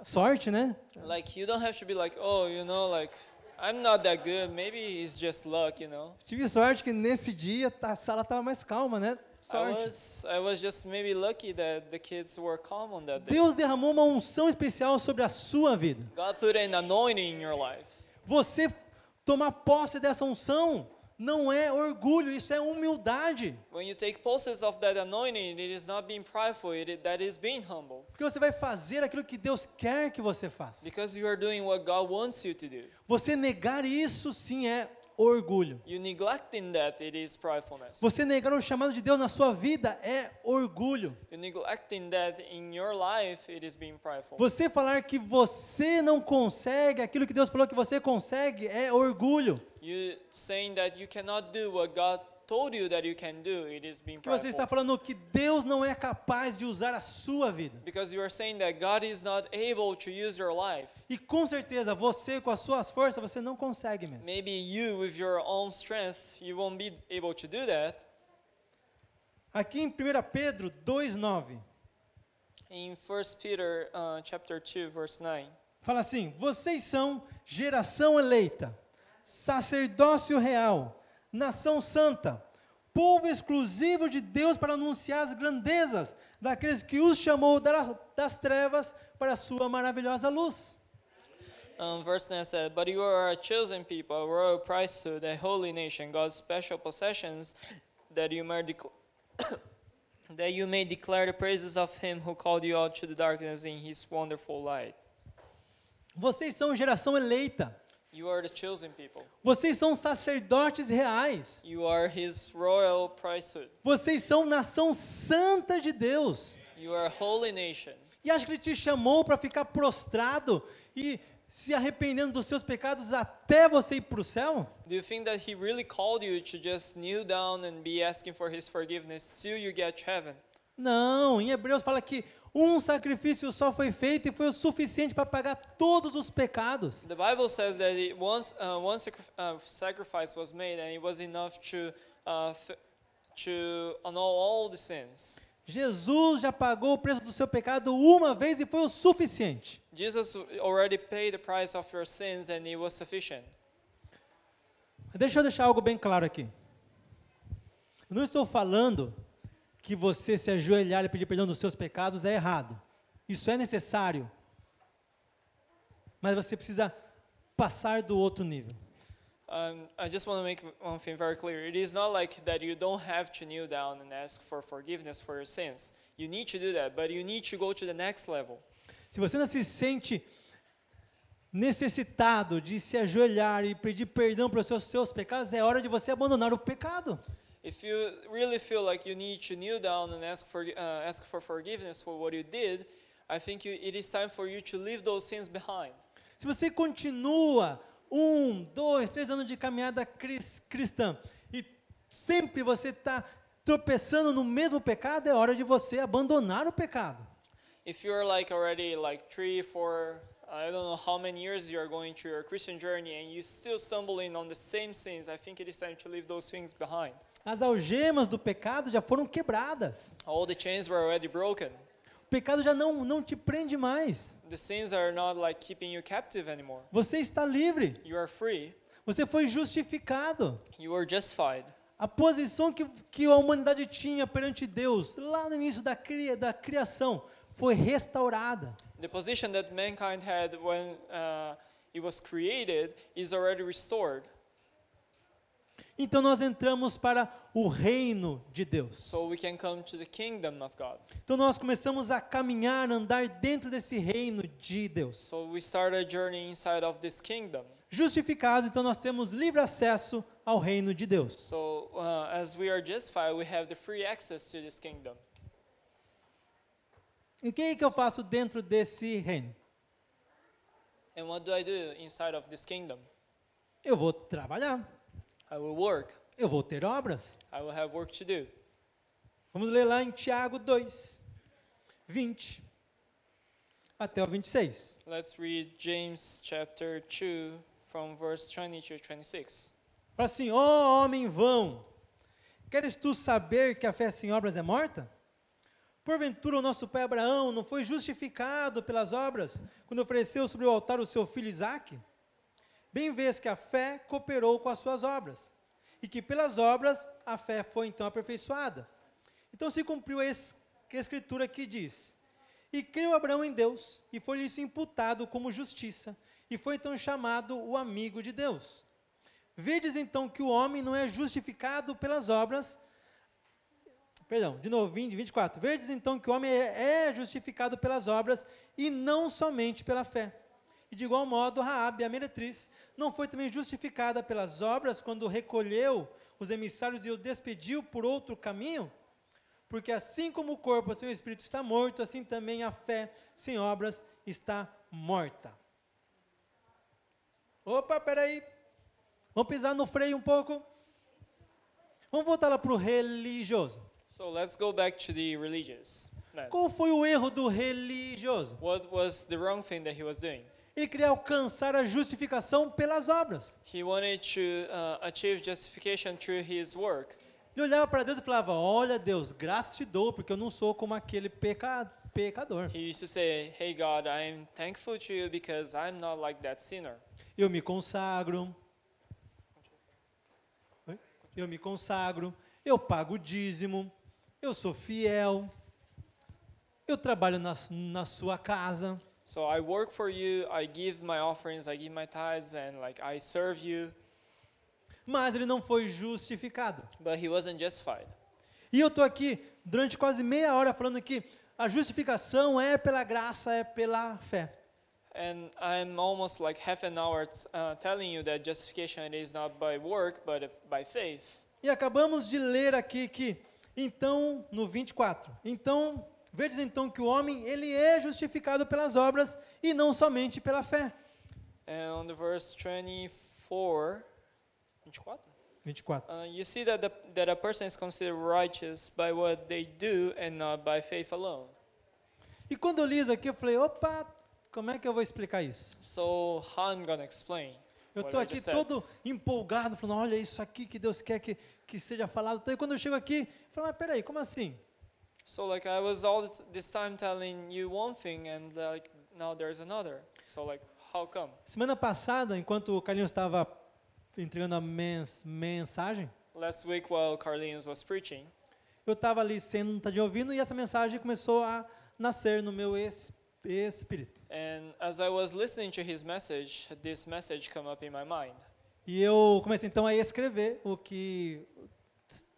B: é sorte, né?
A: Like you don't have to be like, oh, you know, like I'm not that good. Maybe it's just luck, you know.
B: Tive sorte que nesse dia tá- a sala estava mais calma, né?
A: I
B: Sorte.
A: was, I was just maybe lucky that the kids were calm on that day.
B: Deus derramou uma unção especial sobre a sua vida.
A: God put an anointing in your life.
B: Você tomar posse dessa unção não é orgulho, isso é humildade.
A: When you take pulses of that anointing, it is not being prideful, it, is- that is being humble.
B: Porque você vai fazer aquilo que Deus quer que você faça.
A: Because you are doing what God wants you to do.
B: Você negar isso sim é orgulho.
A: You neglecting that, it is pridefulness.
B: Você negar o chamado de Deus na sua vida é orgulho.
A: You neglecting that in your life, it is being prideful.
B: Você falar que você não consegue aquilo que Deus falou que você consegue é orgulho.
A: You saying that you cannot do what God told you that you can do, it is being
B: Que você está
A: prideful.
B: falando que Deus não é capaz de usar a sua vida.
A: Because you are saying that God is not able to use your life.
B: E com certeza você com as suas forças você não consegue mesmo.
A: Maybe you, with your own strength, you won't be able to do that.
B: Aqui em 1 Pedro 2:9,
A: In 1 Peter uh, chapter 2, verse 9.
B: Fala assim: vocês são geração eleita, sacerdócio real, nação santa, povo exclusivo de Deus para anunciar as grandezas daqueles que os chamou da- das trevas para a sua maravilhosa luz.
A: Um, verse 9 said, But you are a chosen people, a royal priesthood, a holy nation, God's special possessions, that you may decl- that you may declare the praises of him who called you out to the darkness in his wonderful light.
B: Vocês são geração eleita.
A: You are the chosen people.
B: Vocês são sacerdotes reais.
A: You are his royal priesthood.
B: Vocês são nação santa de Deus.
A: You are a holy nation.
B: E acho que ele te chamou para ficar prostrado e se arrependendo dos seus pecados até você ir para o céu?
A: Do you think that he really called you to just kneel down and be asking for his forgiveness till you get to heaven?
B: Não, em Hebreus fala que um sacrifício só foi feito e foi o suficiente para pagar todos os pecados.
A: The Bible says that it once uh, one sacri- uh, sacrifice was made, and it was enough to uh, f- to annul all the sins.
B: Jesus já pagou o preço do seu pecado uma vez e foi o suficiente.
A: Jesus already paid the price of your sins, and it was sufficient.
B: Deixa eu deixar algo bem claro aqui. Eu não estou falando que você se ajoelhar e pedir perdão dos seus pecados é errado. Isso é necessário. Mas você precisa passar do outro nível.
A: Um, I just want to make one thing very clear. It is not like that you don't have to kneel down and ask for forgiveness for your sins. You need to do that, but you need to go to the next level.
B: Se você não se sente necessitado de se ajoelhar e pedir perdão pelos seus, seus pecados, é hora de você abandonar o pecado.
A: If you really feel like you need to kneel down and ask for, uh, ask for forgiveness for what you did, I think you, it is time for you to leave those sins behind.
B: Se você continua um, dois, três anos de caminhada cris- cristã e sempre você está tropeçando no mesmo pecado, é hora de você abandonar o pecado.
A: If you're like already like three, four, I don't know how many years you are going through your Christian journey and you still stumbling on the same sins, I think it is time to leave those things behind.
B: As algemas do pecado já foram quebradas.
A: All the chains were already broken.
B: O pecado já não, não te prende mais.
A: The sins are not like keeping you captive anymore.
B: Você está livre.
A: You are free.
B: Você foi justificado.
A: You are justified.
B: A posição que, que a humanidade tinha perante Deus lá no início da, cria, da criação foi restaurada.
A: The position that mankind had when uh, it was created is already restored.
B: Então nós entramos para o reino de Deus.
A: So we can come to the kingdom of God.
B: Então nós começamos a caminhar, a andar dentro desse reino de Deus.
A: So we start a journey inside of this kingdom.
B: Justificados, então nós temos livre acesso ao reino de Deus.
A: So uh, as we are justified, we have the free access to this kingdom.
B: E o que, é que eu faço dentro desse reino?
A: And what do I do inside of this kingdom?
B: Eu vou trabalhar,
A: I will work.
B: eu vou ter obras.
A: I will have work to do.
B: Vamos ler lá em Tiago 2, 20 até o 26.
A: Let's read James chapter 2 from verse 20 to 26.
B: Fala assim: ó homem vão, queres tu saber que a fé sem obras é morta? Porventura o nosso pai Abraão não foi justificado pelas obras quando ofereceu sobre o altar o seu filho Isaque? Bem vês que a fé cooperou com as suas obras, e que pelas obras a fé foi então aperfeiçoada. Então se cumpriu a es- a escritura que diz: E creu Abraão em Deus, e foi-lhe isso imputado como justiça, e foi então chamado o amigo de Deus. Vedes então que o homem não é justificado pelas obras. Perdão, de novo, 20, 24. Vedes então que o homem é é justificado pelas obras e não somente pela fé. E de igual modo, Raabe, a meretriz, não foi também justificada pelas obras quando recolheu os emissários e o despediu por outro caminho? Porque assim como o corpo sem o espírito está morto, assim também a fé sem obras está morta. Opa, peraí, Vamos pisar no freio um pouco. Vamos voltar lá para o religioso.
A: So let's go back to the religious. man.
B: Qual foi o erro do religioso?
A: What was the wrong thing that he was doing?
B: Ele queria alcançar a justificação pelas obras.
A: He wanted to uh, achieve justification through his work.
B: Ele olhava para Deus e falava: Olha, Deus, graça te dou, porque eu não sou como aquele pecado, pecador.
A: He used to say, Hey God, I am thankful to you because I'm not like that sinner.
B: Eu me consagro. Oi? Eu me consagro. Eu pago o dízimo. Eu sou fiel. Eu trabalho na, na sua casa.
A: So I work for you, I give my offerings, I give my tithes, and like I serve you.
B: Mas ele não foi justificado.
A: But he wasn't justified.
B: E eu estou aqui durante quase meia hora falando que a justificação é pela graça, é pela fé.
A: And I'm almost like half an hour t- uh, telling you that justification is not by work, but if- by faith.
B: E acabamos de ler aqui que, então, no 24, então, vedes então que o homem, ele é justificado pelas obras e não somente pela fé.
A: And on the verse 24, 24?
B: 24.
A: Uh, you see that, the, that a person is considered righteous by what they do and not by faith alone.
B: E quando eu li isso aqui, eu falei, opa, como é que eu vou explicar isso?
A: So how I'm gonna explain?
B: Eu
A: what
B: estou
A: I
B: aqui
A: just said.
B: todo empolgado, falando, olha isso aqui que Deus quer que, que seja falado. E quando eu chego aqui, eu falo, mas peraí, como assim?
A: So like I was all th- this time telling you one thing and like now there's another. So like how come?
B: Semana passada, enquanto o Carlinhos estava entregando a mens- mensagem,
A: Last week while Carlinhos was preaching,
B: eu estava ali sentado ouvindo e essa mensagem começou a nascer no meu es- espírito.
A: and as I was listening to his message, this message come up in my mind.
B: E eu comecei então a escrever o que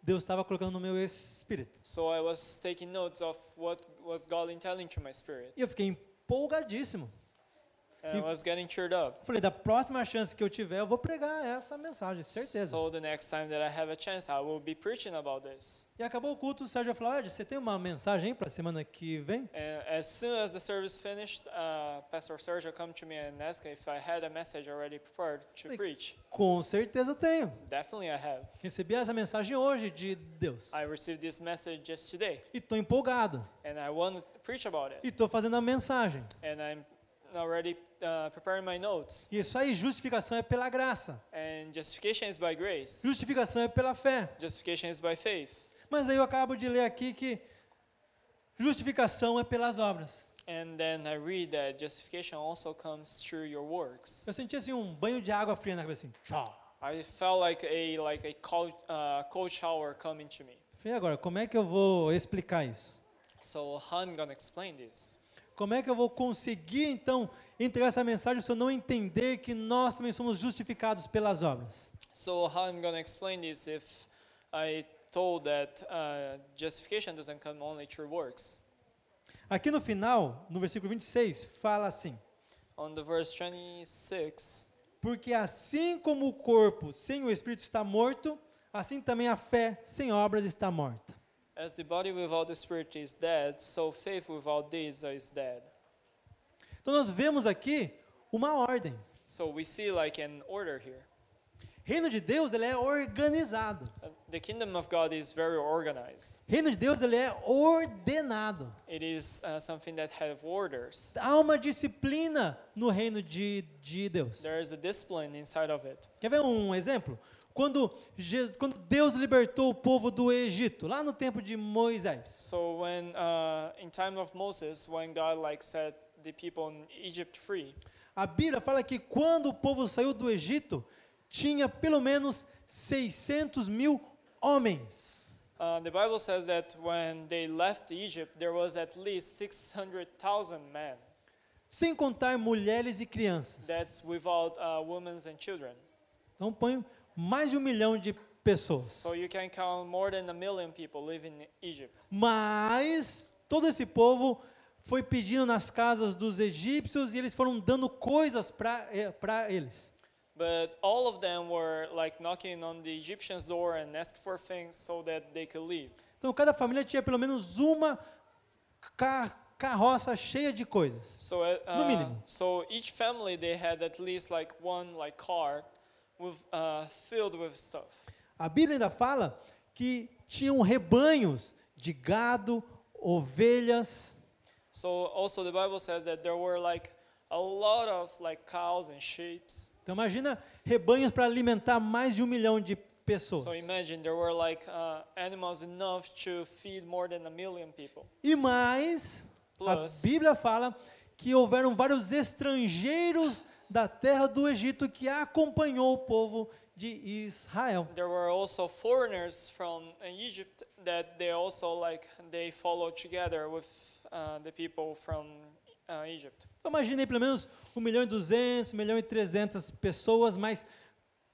B: Deus estava colocando no meu espírito.
A: So I was taking notes of what was God telling to my spirit.
B: E eu fiquei empolgadíssimo.
A: And I
B: If-
A: was getting cheered up.
B: Falei, da próxima chance que eu tiver, eu vou pregar essa mensagem, certeza.
A: So the next time that I have a chance, I will be preaching about this.
B: E acabou o culto, o Sérgio falou, "Ed, você tem uma mensagem para a semana que vem?
A: And as soon as the service finished, uh, Pastor Sergio come to me and asked if I had a message already prepared to
B: Like-
A: preach.
B: Com certeza eu tenho.
A: Definitely I have.
B: Recebi essa mensagem hoje de Deus.
A: I received this message just today,
B: E estou empolgado.
A: and I want to preach about it.
B: E estou fazendo a mensagem.
A: And I'm already uh, preparing my notes.
B: E isso aí, justificação é pela graça.
A: And justification is by grace.
B: Justificação é pela fé.
A: Justification is by faith.
B: Mas aí eu acabo de ler aqui que justificação é pelas obras.
A: And then I read that justification also comes through your works.
B: Eu senti assim um banho de água fria na cabeça, assim. Tchau.
A: I felt like a like a cold, uh, cold shower coming to me.
B: Falei, "E agora, como é que eu vou explicar isso?
A: So how I'm gonna explain this?
B: Como é que eu vou conseguir, então, entregar essa mensagem se eu não entender que nós também somos justificados pelas obras?
A: So how I'm gonna explain this if I told that uh, justification doesn't come only through works?
B: Aqui no final, no versículo 26, fala assim:
A: On the verse 26.
B: Porque assim como o corpo sem o espírito está morto, assim também a fé sem obras está morta.
A: As the body without the spirit is dead, so faith without deeds is dead.
B: Então nós vemos aqui uma ordem.
A: So we see like an order here.
B: Reino de Deus, ele é organizado.
A: Uh, The kingdom of God is very organized.
B: Reino de Deus, ele é ordenado.
A: It is uh, something that have orders.
B: Há uma disciplina no reino de, de Deus.
A: There is a discipline inside of it.
B: Quer ver um exemplo? Quando, Jesus, quando Deus libertou o povo do Egito, lá no tempo de Moisés,
A: So when uh, in time of Moses, when God like set the people in Egypt free,
B: a Bíblia fala que quando o povo saiu do Egito, tinha pelo menos 600 mil homens.
A: uh, the Bible says that when they left Egypt, there was at least 600,000 men.
B: Sem contar mulheres e crianças.
A: That's without uh, women and children.
B: Então põe mais de um milhão de pessoas.
A: So you can count more than a million people living in Egypt.
B: Mas todo esse povo foi pedindo nas casas dos egípcios e eles foram dando coisas para eles.
A: But all of them were like knocking on the Egyptians' door and asked for things so that they could leave.
B: Então cada família tinha pelo menos uma ca- carroça cheia de coisas.
A: So uh,
B: No mínimo.
A: so each family they had at least like one like car with uh, filled with stuff.
B: A Bíblia ainda fala que tinham rebanhos de gado, ovelhas.
A: So also the Bible says that there were like a lot of like cows and sheep.
B: Então imagina rebanhos para alimentar mais de um milhão de pessoas.
A: So imagine there were like uh, animals enough to feed more than a million people.
B: E mais A
A: Plus,
B: Bíblia fala que houveram vários estrangeiros da terra do Egito que acompanhou o povo de Israel.
A: there were also foreigners from uh, Egypt that they also like they followed together with uh, the people from uh, Egypt.
B: Eu imaginei Então, pelo menos 1 milhão e 200, 1 milhão e 300 pessoas, mais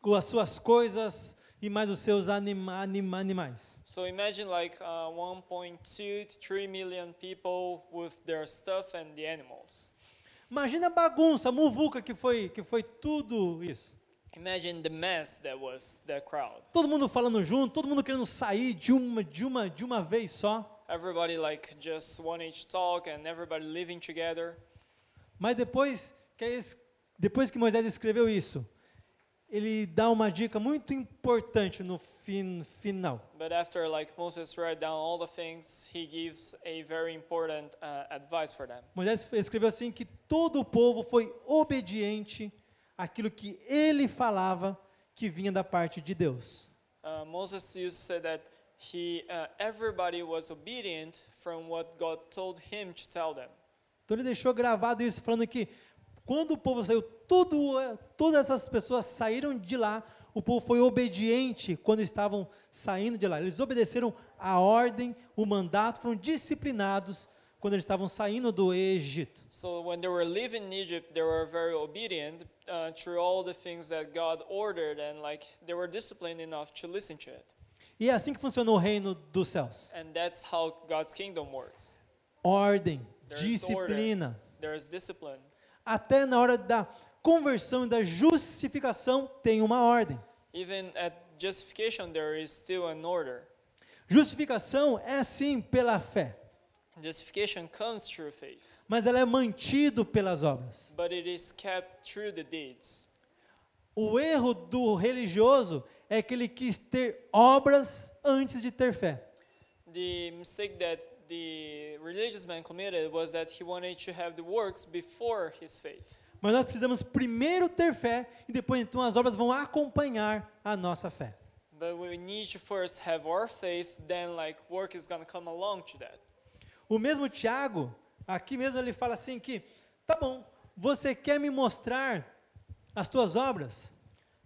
B: com as suas coisas e mais os seus anima, anima, animais.
A: So imagine like uh, 1.2 to 3 million people with their stuff and the animals.
B: Imagina a bagunça, a muvuca que foi, que foi tudo isso.
A: Imagine the mess that was that crowd.
B: Todo mundo falando junto, todo mundo querendo sair de uma, de uma, de uma vez só.
A: Everybody like just wanted to talk and everybody living together.
B: Mas depois que, é es- depois que Moisés escreveu isso, ele dá uma dica muito importante no fin, final.
A: But after like Moses write down all the things, he gives a very important uh, advice for them.
B: Moisés escreveu assim que todo o povo foi obediente àquilo que ele falava que vinha da parte de Deus.
A: Uh, Moses used to say that he uh, everybody was obedient from what God told him to tell them.
B: Então ele deixou gravado isso falando que quando o povo saiu, tudo, eh, todas essas pessoas saíram de lá, o povo foi obediente quando estavam saindo de lá. Eles obedeceram a ordem, o mandato, foram disciplinados quando eles estavam saindo do Egito.
A: So when they were leaving Egypt, they were very obedient uh, through all the things that God ordered, and like they were disciplined enough to listen to it.
B: E é assim que funcionou o reino dos céus.
A: And that's how God's kingdom works.
B: Ordem,
A: There's
B: disciplina.
A: There is discipline.
B: Até na hora da conversão e da justificação tem uma ordem.
A: Even at justification, there is still an order.
B: Justificação é sim pela fé,
A: Justification comes through faith,
B: mas ela é mantido pelas obras.
A: but it is kept through the deeds.
B: O erro do religioso é que ele quis ter obras antes de ter fé.
A: The mistake that the religious man committed was that he wanted to have the works before his faith.
B: Mas nós precisamos primeiro ter fé e depois então as obras vão acompanhar a nossa fé.
A: But we need to first have our faith, then like work is gonna come along to that.
B: O mesmo Tiago, aqui mesmo ele fala assim que, tá bom, você quer me mostrar as tuas obras?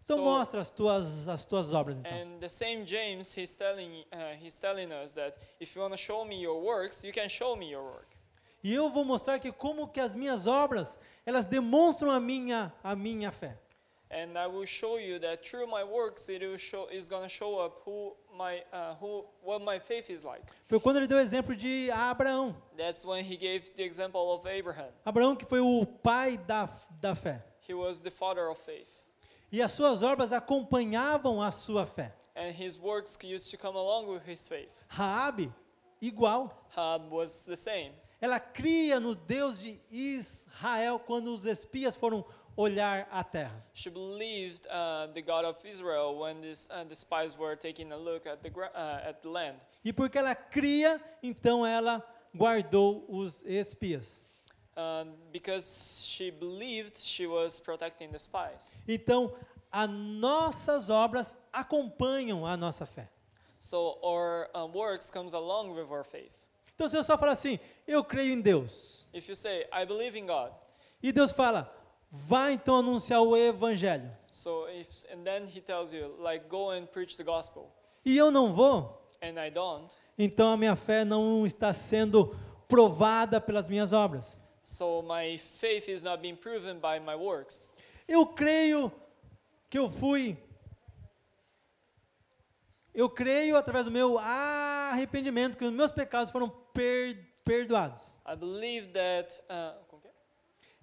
B: Então
A: So-
B: mostra as tuas as tuas obras então.
A: And the same James, he's telling, uh, he's telling us that if you wanna show me your works, you can show me your work.
B: E eu vou mostrar que como que as minhas obras, elas demonstram a minha a minha fé.
A: And I will show you that through my works, it will show, is gonna show up who my, uh, who, what my faith is like.
B: Foi quando ele deu o exemplo de Abraão.
A: That's when he gave the example of Abraham.
B: Abraão que foi o pai da, da fé.
A: He was the father of faith.
B: E as suas obras acompanhavam a sua fé.
A: and his works used to come along with his faith.
B: Raabe, igual.
A: Hab was the same.
B: Ela cria no Deus de Israel quando os espias foram olhar a terra.
A: She believed uh, the God of Israel when this, uh, the spies were taking a look at the, gra- uh, at the land.
B: E porque ela cria, então ela guardou os espias.
A: Uh, because she believed she was protecting the spies.
B: Então, as nossas obras acompanham a nossa fé.
A: So our uh, works comes along with our faith.
B: Então, se eu só falar assim, eu creio em Deus,
A: If you say, I believe in God,
B: e Deus fala, vá então anunciar o evangelho,
A: so if, and then he tells you, like, go and preach the gospel,
B: e eu não vou,
A: and I don't,
B: então a minha fé não está sendo provada pelas minhas obras.
A: so my faith is not being proven by my works.
B: Eu creio que eu fui. Eu creio através do meu arrependimento que os meus pecados foram per- perdoados.
A: I believe that. Uh, como que é?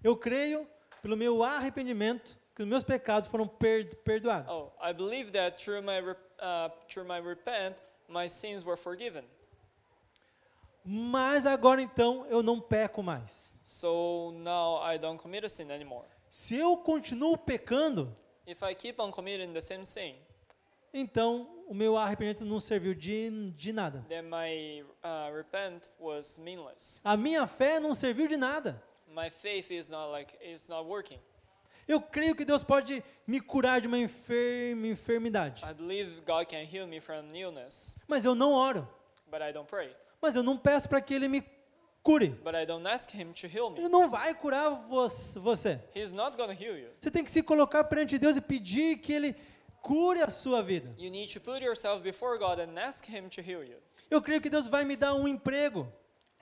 B: Eu creio pelo meu arrependimento que os meus pecados foram per- perdoados.
A: Oh, I believe that through my rep- uh, through my repent, my sins were forgiven.
B: Mas agora então eu não peco mais.
A: So now I don't commit a sin anymore.
B: Se eu continuo pecando,
A: If I keep on committing the same sin,
B: então o meu arrependimento não serviu de, de nada.
A: then my uh, repent was meaningless.
B: A minha fé não serviu de nada.
A: My faith is not like it's not working.
B: Eu creio que Deus pode me curar de uma enfer- enfermidade.
A: I believe God can heal me from illness,
B: Mas eu não oro.
A: but I don't pray.
B: Mas eu não peço para que Ele me cure.
A: but I don't ask him to heal me.
B: Ele não vai curar vo- você.
A: He's not going to heal you.
B: Você tem que se colocar perante Deus e pedir que Ele cure a sua vida.
A: You need to put yourself before God and ask him to heal you.
B: Eu creio que Deus vai me dar um emprego,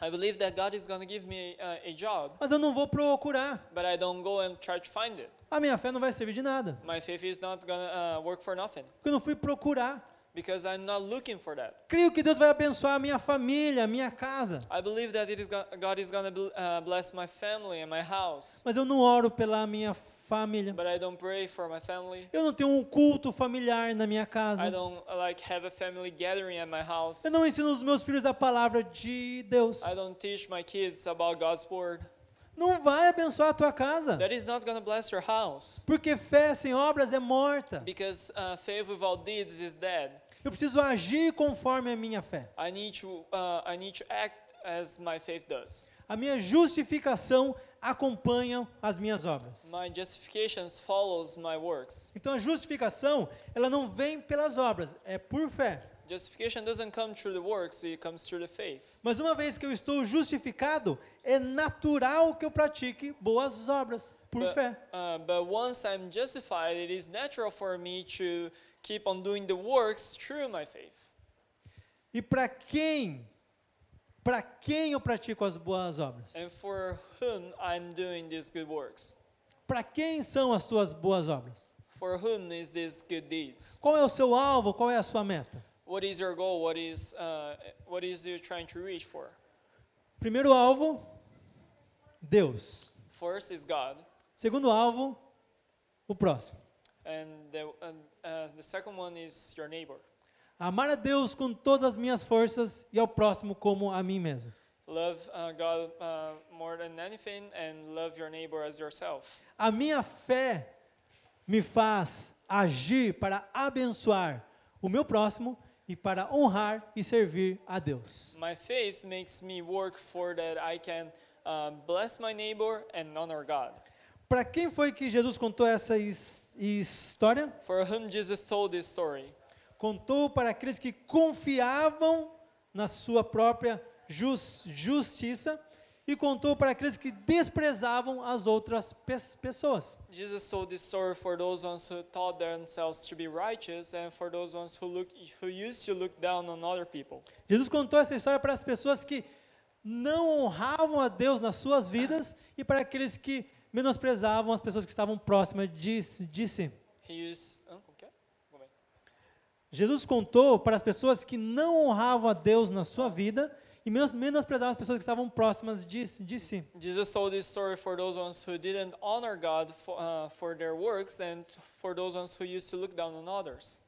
A: I believe that God is going to give me uh, a job,
B: mas eu não vou procurar.
A: but I don't go and try to find it.
B: A minha fé não vai servir de nada,
A: My faith is not going to uh, work for nothing
B: porque eu não fui procurar.
A: because I'm not looking for that.
B: Creio que Deus vai abençoar a minha família, a minha casa,
A: I believe that it is go- God is going to uh, bless my family and my house,
B: mas eu não oro pela minha família.
A: but I don't pray for my family.
B: Eu não tenho um culto familiar na minha casa.
A: I don't uh, like have a family gathering at my house.
B: Eu não ensino os meus filhos a palavra de Deus.
A: I don't teach my kids about God's word.
B: Não vai abençoar a tua casa,
A: That is not going to bless your house
B: porque fé sem obras é morta.
A: because uh, faith without deeds is dead.
B: Eu preciso agir conforme a minha fé.
A: I need to uh, I need to act as my faith does.
B: A minha justificação acompanha as minhas obras.
A: My justifications follows my works.
B: Então a justificação, ela não vem pelas obras, é por fé.
A: Justification doesn't come through the works, it comes through the faith.
B: Mas uma vez que eu estou justificado, é natural que eu pratique boas obras por
A: But-
B: fé.
A: Uh, but once I'm justified, it is natural for me to keep on doing the works through my faith.
B: E para quem? Para quem eu pratico as boas obras?
A: And for whom I'm doing these good works?
B: Para quem são as suas boas obras?
A: For whom is these good deeds?
B: Qual é o seu alvo? Qual é a sua meta?
A: What is your goal? What is uh, what is you trying to reach for?
B: Primeiro alvo, Deus.
A: First is God,
B: Segundo alvo, o próximo.
A: and the and, uh, the second one is your neighbor.
B: Amar a Deus com todas as minhas forças e ao próximo como a mim mesmo.
A: Love uh, God uh, more than anything, and love your neighbor as yourself.
B: A minha fé me faz agir para abençoar o meu próximo e para honrar e servir a Deus.
A: My faith makes me work for that I can um, bless my neighbor and honor God.
B: Para quem foi que Jesus contou essa his- história?
A: For whom Jesus told this story?
B: Contou para aqueles que confiavam na sua própria jus- justiça e contou para aqueles que desprezavam as outras pes- pessoas.
A: Jesus told this story for those ones who thought themselves to be righteous and for those ones who look who used to look down on other people.
B: Jesus contou essa história para as pessoas que não honravam a Deus nas suas vidas e para aqueles que menosprezavam as pessoas que estavam próximas de, de si.
A: He used oh, Hã? O quê? Como é?
B: Jesus contou para as pessoas que não honravam a Deus na sua vida e menos- menosprezavam as pessoas que estavam próximas de, de si.
A: Jesus told this story for those ones who didn't honor God for, uh, for their works and for those ones who used to look down on others.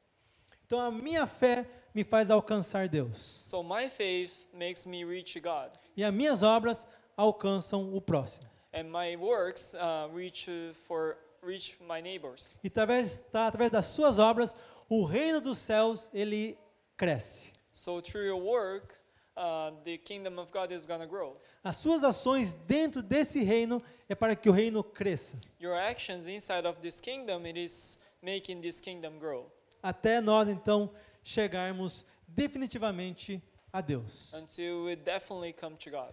B: Então a minha fé me faz alcançar Deus
A: So my faith makes me reach God,
B: e as minhas obras alcançam o próximo.
A: and my works uh, reach uh, for reach my neighbors.
B: E através, tá, através das suas obras, o reino dos céus ele cresce.
A: So through your work, uh, the kingdom of God is gonna grow.
B: As suas ações dentro desse reino é para que o reino cresça,
A: Your actions inside of this kingdom, it is making this kingdom grow
B: até nós então chegarmos definitivamente a Deus.
A: until we definitely come to God.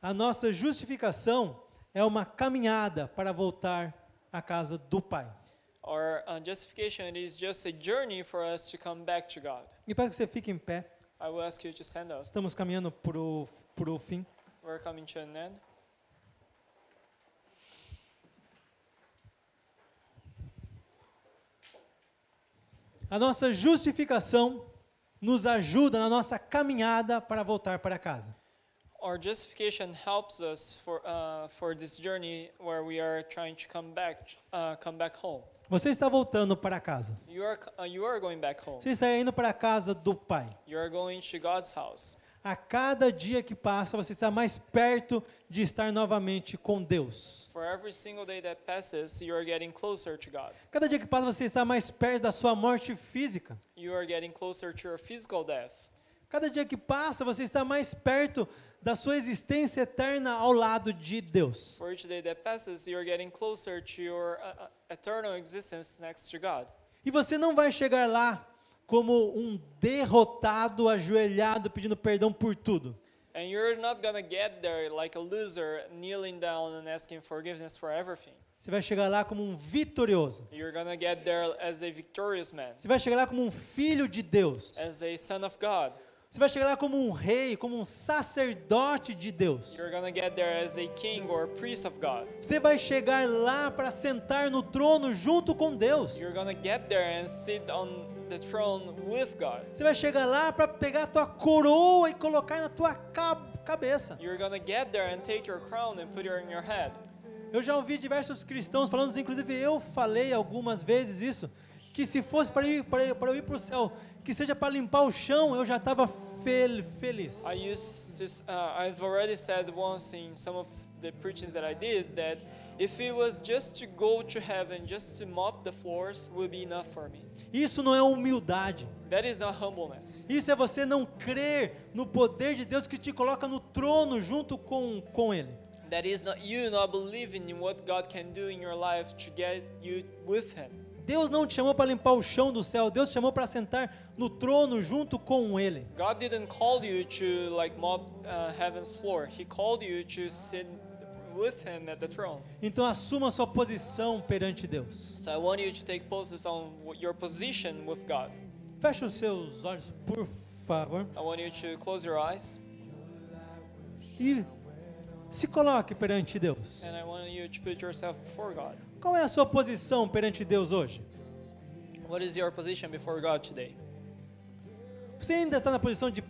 B: A nossa justificação é uma caminhada para voltar à casa do Pai.
A: Our uh, justification is just a journey for us to come back to God.
B: E para que você fique em pé,
A: I will ask you to stand up.
B: estamos caminhando para o fim.
A: We're coming to an end.
B: A nossa justificação nos ajuda na nossa caminhada para voltar para casa.
A: Our justification helps us for uh, for this journey where we are trying to come back uh, come back home.
B: Você está voltando para casa.
A: You are c- uh, you are going back home.
B: Você está indo para a casa do Pai.
A: You are going to God's house.
B: A cada dia que passa, você está mais perto de estar novamente com Deus.
A: For every single day that passes, you are getting closer to God.
B: Cada dia que passa, você está mais perto da sua morte física.
A: You are getting closer to your physical death.
B: Cada dia que passa, você está mais perto da sua existência eterna ao lado de Deus.
A: For each day that passes, you are getting closer to your uh, uh, eternal existence next to God.
B: E você não vai chegar lá como um derrotado, ajoelhado, pedindo perdão por tudo.
A: And you're not going to get there like a loser kneeling down and asking forgiveness for everything.
B: Você vai chegar lá como um vitorioso.
A: You're going to get there as a victorious man,
B: Você vai chegar lá como um filho de Deus.
A: as a son of God.
B: Você vai chegar lá como um rei, como um sacerdote de Deus.
A: You're going to get there as a king or a priest of God.
B: Você vai chegar lá para sentar no trono junto com Deus.
A: You're going to get there and sit on the throne with God.
B: Você vai chegar lá para pegar a tua coroa e colocar na tua ca- cabeça.
A: You're going to get there and take your crown and put it on your head.
B: Eu já ouvi diversos cristãos falando, inclusive eu falei algumas vezes isso, que se fosse para ir para eu- para eu ir para o céu, que seja para limpar o chão, eu já estava fel- feliz.
A: I used to, s- uh, I've already said once in some of the preachings that I did that if it was just to go to heaven, just to mop the floors, would be enough for me.
B: Isso não é humildade.
A: That is not humbleness.
B: Isso é você não crer no poder de Deus que te coloca no trono junto com, com Ele.
A: That is not you not believing in what God can do in your life to get you with Him.
B: Deus não te chamou para limpar o chão do céu, Deus te chamou para sentar no trono junto com Ele.
A: God didn't call you to like mop uh, heaven's floor. He called you to sit with Him at the throne.
B: Então assuma a sua posição perante Deus.
A: So I want you to take poses on w- your position with God.
B: Feche os seus olhos, por favor,
A: I want you to close your eyes
B: e se coloque perante Deus.
A: and I want you to put yourself before God.
B: Qual é a sua posição perante Deus hoje?
A: What is your position before God today?
B: Você ainda está na posição de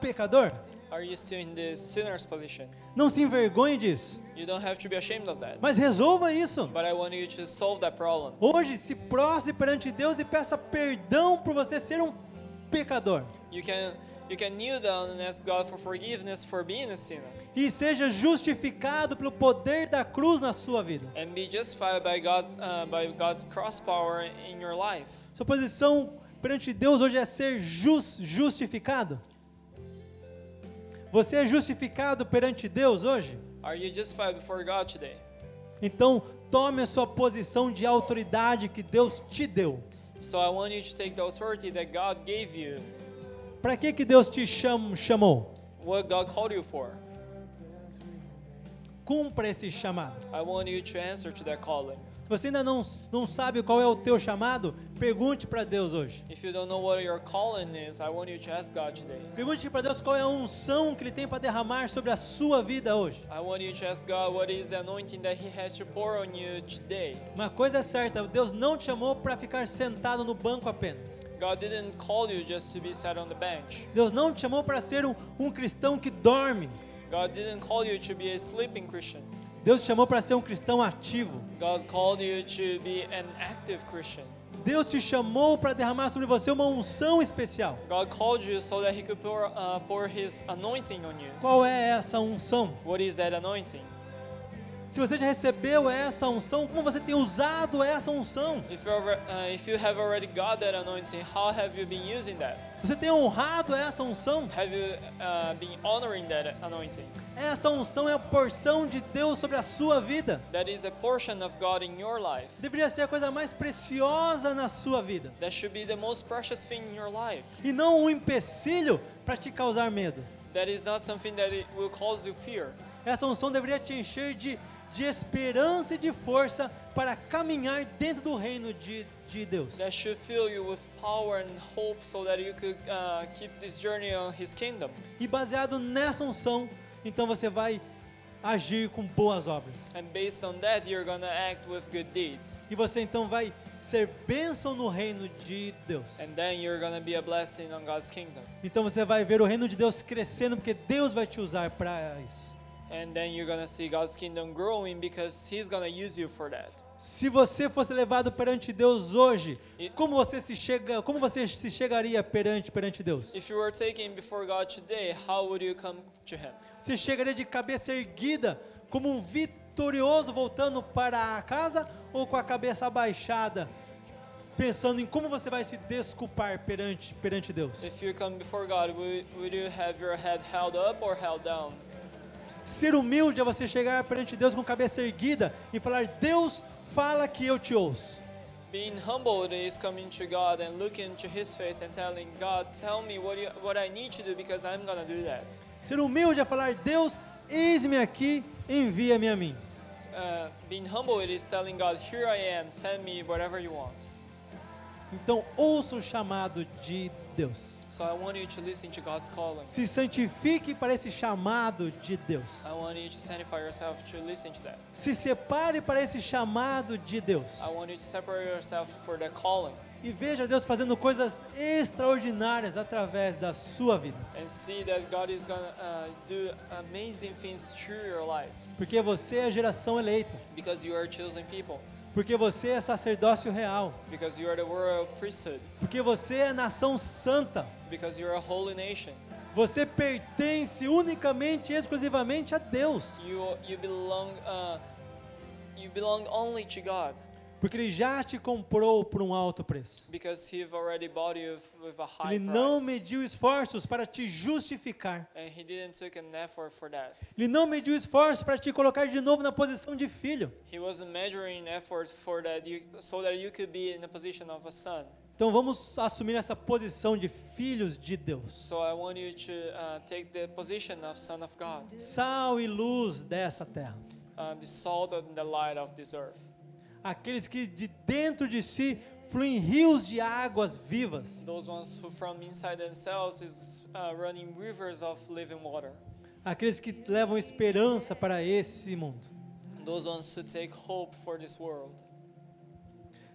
B: pecador?
A: Are you still in the sinner's position?
B: Não se envergonhe disso,
A: You don't have to be ashamed of that.
B: mas resolva isso.
A: But I want you to solve that problem.
B: Hoje se prostre perante Deus e peça perdão por você ser um pecador.
A: You can you can kneel down and ask God for forgiveness for being a sinner
B: E seja justificado pelo poder da cruz na sua vida.
A: and be justified by God's uh, by God's cross power in your life.
B: Sua posição perante Deus hoje é ser jus- justificado? Você é justificado perante Deus hoje?
A: Are you justified before God today?
B: Então, tome a sua posição de autoridade que Deus te deu.
A: So I want you to take the authority that God gave you,
B: Para que que Deus te cham- chamou?
A: what God called you for.
B: Cumpra esse chamado.
A: I want you to answer to that calling.
B: Se você ainda não, s- não sabe qual é o teu chamado, pergunte para Deus hoje.
A: If you don't know what your calling is, I want you to ask God today.
B: Pergunte para Deus qual é a unção que Ele tem para derramar sobre a sua vida hoje.
A: I want you to ask God what is the anointing that He has to pour on you today.
B: Uma coisa é certa, Deus não te chamou para ficar sentado no banco apenas.
A: God didn't call you just to be sat on the bench.
B: Deus não te chamou para ser um, um cristão que dorme.
A: God didn't call you to be a sleeping Christian.
B: Deus te chamou para ser um cristão ativo.
A: God called you to be an active Christian.
B: Deus te chamou para derramar sobre você uma unção especial.
A: God called you so that He could pour, uh, pour His anointing on you.
B: Qual é essa unção?
A: What is that anointing?
B: Se você já recebeu essa unção, como você tem usado essa unção?
A: If you, ever, uh, if you have already got that anointing, how have you been using that?
B: Você tem honrado essa unção?
A: Have you uh, been honoring that anointing?
B: Essa unção é a porção de Deus sobre a sua vida.
A: That is a portion of God in your life.
B: Deveria ser a coisa mais preciosa na sua vida.
A: That should be the most precious thing in your life.
B: E não um empecilho para te causar medo.
A: That is not something that it will cause you fear.
B: Essa unção deveria te encher de, de esperança e de força para caminhar dentro do reino de, de Deus.
A: That should fill you with power and hope so that you could uh, keep this journey on His kingdom.
B: E baseado nessa unção, então você vai agir com boas obras.
A: And based on that, you're gonna act with good deeds.
B: E você então vai ser bênção no reino de Deus.
A: And then you're gonna be a blessing on God's kingdom.
B: Então você vai ver o reino de Deus crescendo, porque Deus vai te usar para isso.
A: And then you're gonna see God's kingdom growing because He's gonna use you for that.
B: Se você fosse levado perante Deus hoje,
A: E-
B: como você se chega, como você se chegaria perante perante Deus?
A: If you were taken before God today, how would you come to Him?
B: Você chegaria de cabeça erguida, como um vitorioso voltando para a casa, ou com a cabeça abaixada, pensando em como você vai se desculpar perante, perante Deus?
A: If you come before God, would, would you have your head held up or held down?
B: Ser humilde é você chegar perante Deus com cabeça erguida e falar: Deus, fala que eu te ouço.
A: Being humbled is coming to God and looking to His face and telling God, "Tell me what you, what I need to do because I'm gonna do that."
B: Ser humilde é falar: Deus, eis-me aqui, envia-me a mim.
A: Uh, being humble, it is telling God, Here I am, send me whatever you want.
B: Então, ouça o chamado de Deus.
A: So I want you to listen to God's calling.
B: Se santifique para esse chamado de Deus.
A: I want you to sanctify yourself to listen to that.
B: Se separe para esse chamado de Deus.
A: I want you to separate yourself for that calling
B: E veja Deus fazendo coisas extraordinárias através da sua vida.
A: and see that God is going to uh, do amazing things through your life
B: Porque você é a geração eleita.
A: because you are chosen people,
B: Porque você é sacerdócio real.
A: because you are the royal priesthood,
B: Porque você é nação santa.
A: because you are a holy nation.
B: Você pertence unicamente e exclusivamente a Deus.
A: You, you, belong, uh, you belong only to God
B: Porque Ele já te comprou por um alto preço.
A: because He've already bought you with- with a high
B: Ele não
A: price.
B: mediu esforços para te justificar.
A: And He didn't take an effort for that.
B: Ele não mediu esforços para te colocar de novo na posição de filho.
A: He wasn't measuring effort for that you, so that you could be in the position of a son.
B: Então vamos assumir essa posição de filhos de Deus.
A: So I want you to uh, take the position of son of God,
B: Sal e luz dessa terra.
A: uh, the salt and the light of this earth.
B: Aqueles que de dentro de si fluem rios de águas vivas.
A: Those ones who from inside themselves is uh, running rivers of living water.
B: Aqueles que levam esperança para esse mundo.
A: Those ones who take hope for this world.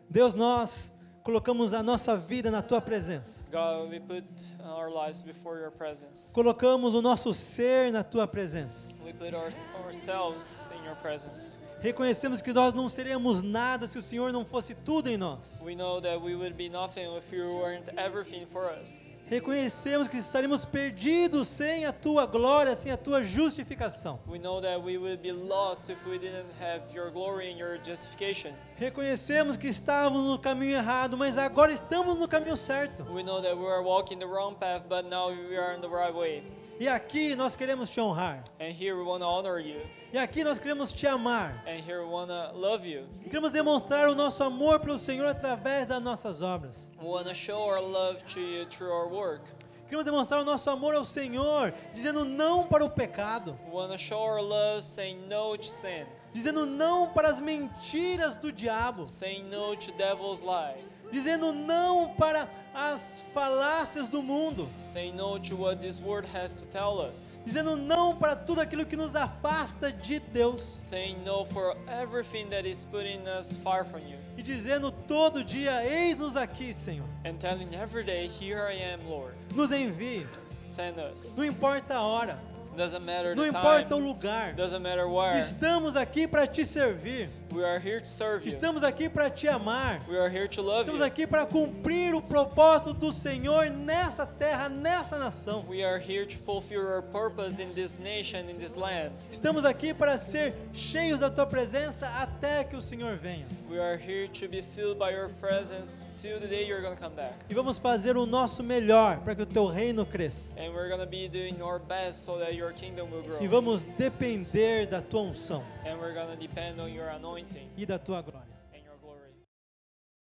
B: Deus, nós colocamos a nossa vida na tua presença.
A: God, we put our lives before your presence.
B: Colocamos o nosso ser na tua presença.
A: We put our, ourselves in your presence.
B: Reconhecemos que nós não seríamos nada se o Senhor não fosse tudo em nós.
A: We know that we would be nothing if you weren't everything for us.
B: Reconhecemos que estaremos perdidos sem a tua glória, sem a tua justificação.
A: We know that we would be lost if we didn't have your glory and your justification.
B: Reconhecemos que estávamos no caminho errado, mas agora estamos no caminho certo.
A: We know that we are walking the wrong path, but now we are on the right way.
B: E aqui nós queremos te honrar.
A: And here we want to honor you.
B: E aqui nós queremos te amar.
A: And here we want to love you.
B: Queremos demonstrar o nosso amor pelo Senhor através das nossas obras.
A: We want to show our love to you through our work.
B: Queremos demonstrar o nosso amor ao Senhor, dizendo não para o pecado,
A: We want to show our love saying no to sin,
B: dizendo não para as mentiras do diabo,
A: saying no to devil's lie,
B: dizendo não para as falácias do mundo,
A: saying no to what this world has to tell us,
B: dizendo não para tudo aquilo que nos afasta de Deus
A: saying no for everything that is putting us far from you,
B: e dizendo todo dia: Eis-nos aqui, Senhor.
A: and telling every day, Here I am, Lord,
B: Nos envie,
A: send us.
B: não importa a hora,
A: Doesn't matter
B: não
A: the
B: importa o
A: time,
B: lugar.
A: doesn't matter where.
B: Estamos aqui para te servir,
A: We are here to serve you.
B: estamos aqui para te amar.
A: We are here to love
B: Estamos
A: you.
B: aqui para cumprir o propósito do Senhor nessa terra, nessa nação.
A: We are here to fulfill our purpose in this nation, in this land.
B: Estamos aqui para ser cheios da tua presença até que o Senhor venha.
A: We are here to be filled by your presence till the day you're gonna come back.
B: E vamos fazer o nosso melhor para que o teu reino cresça.
A: And we're gonna be doing our best so that your kingdom will grow.
B: E vamos depender da tua unção
A: And we're gonna depend on your anointing
B: e da tua glória.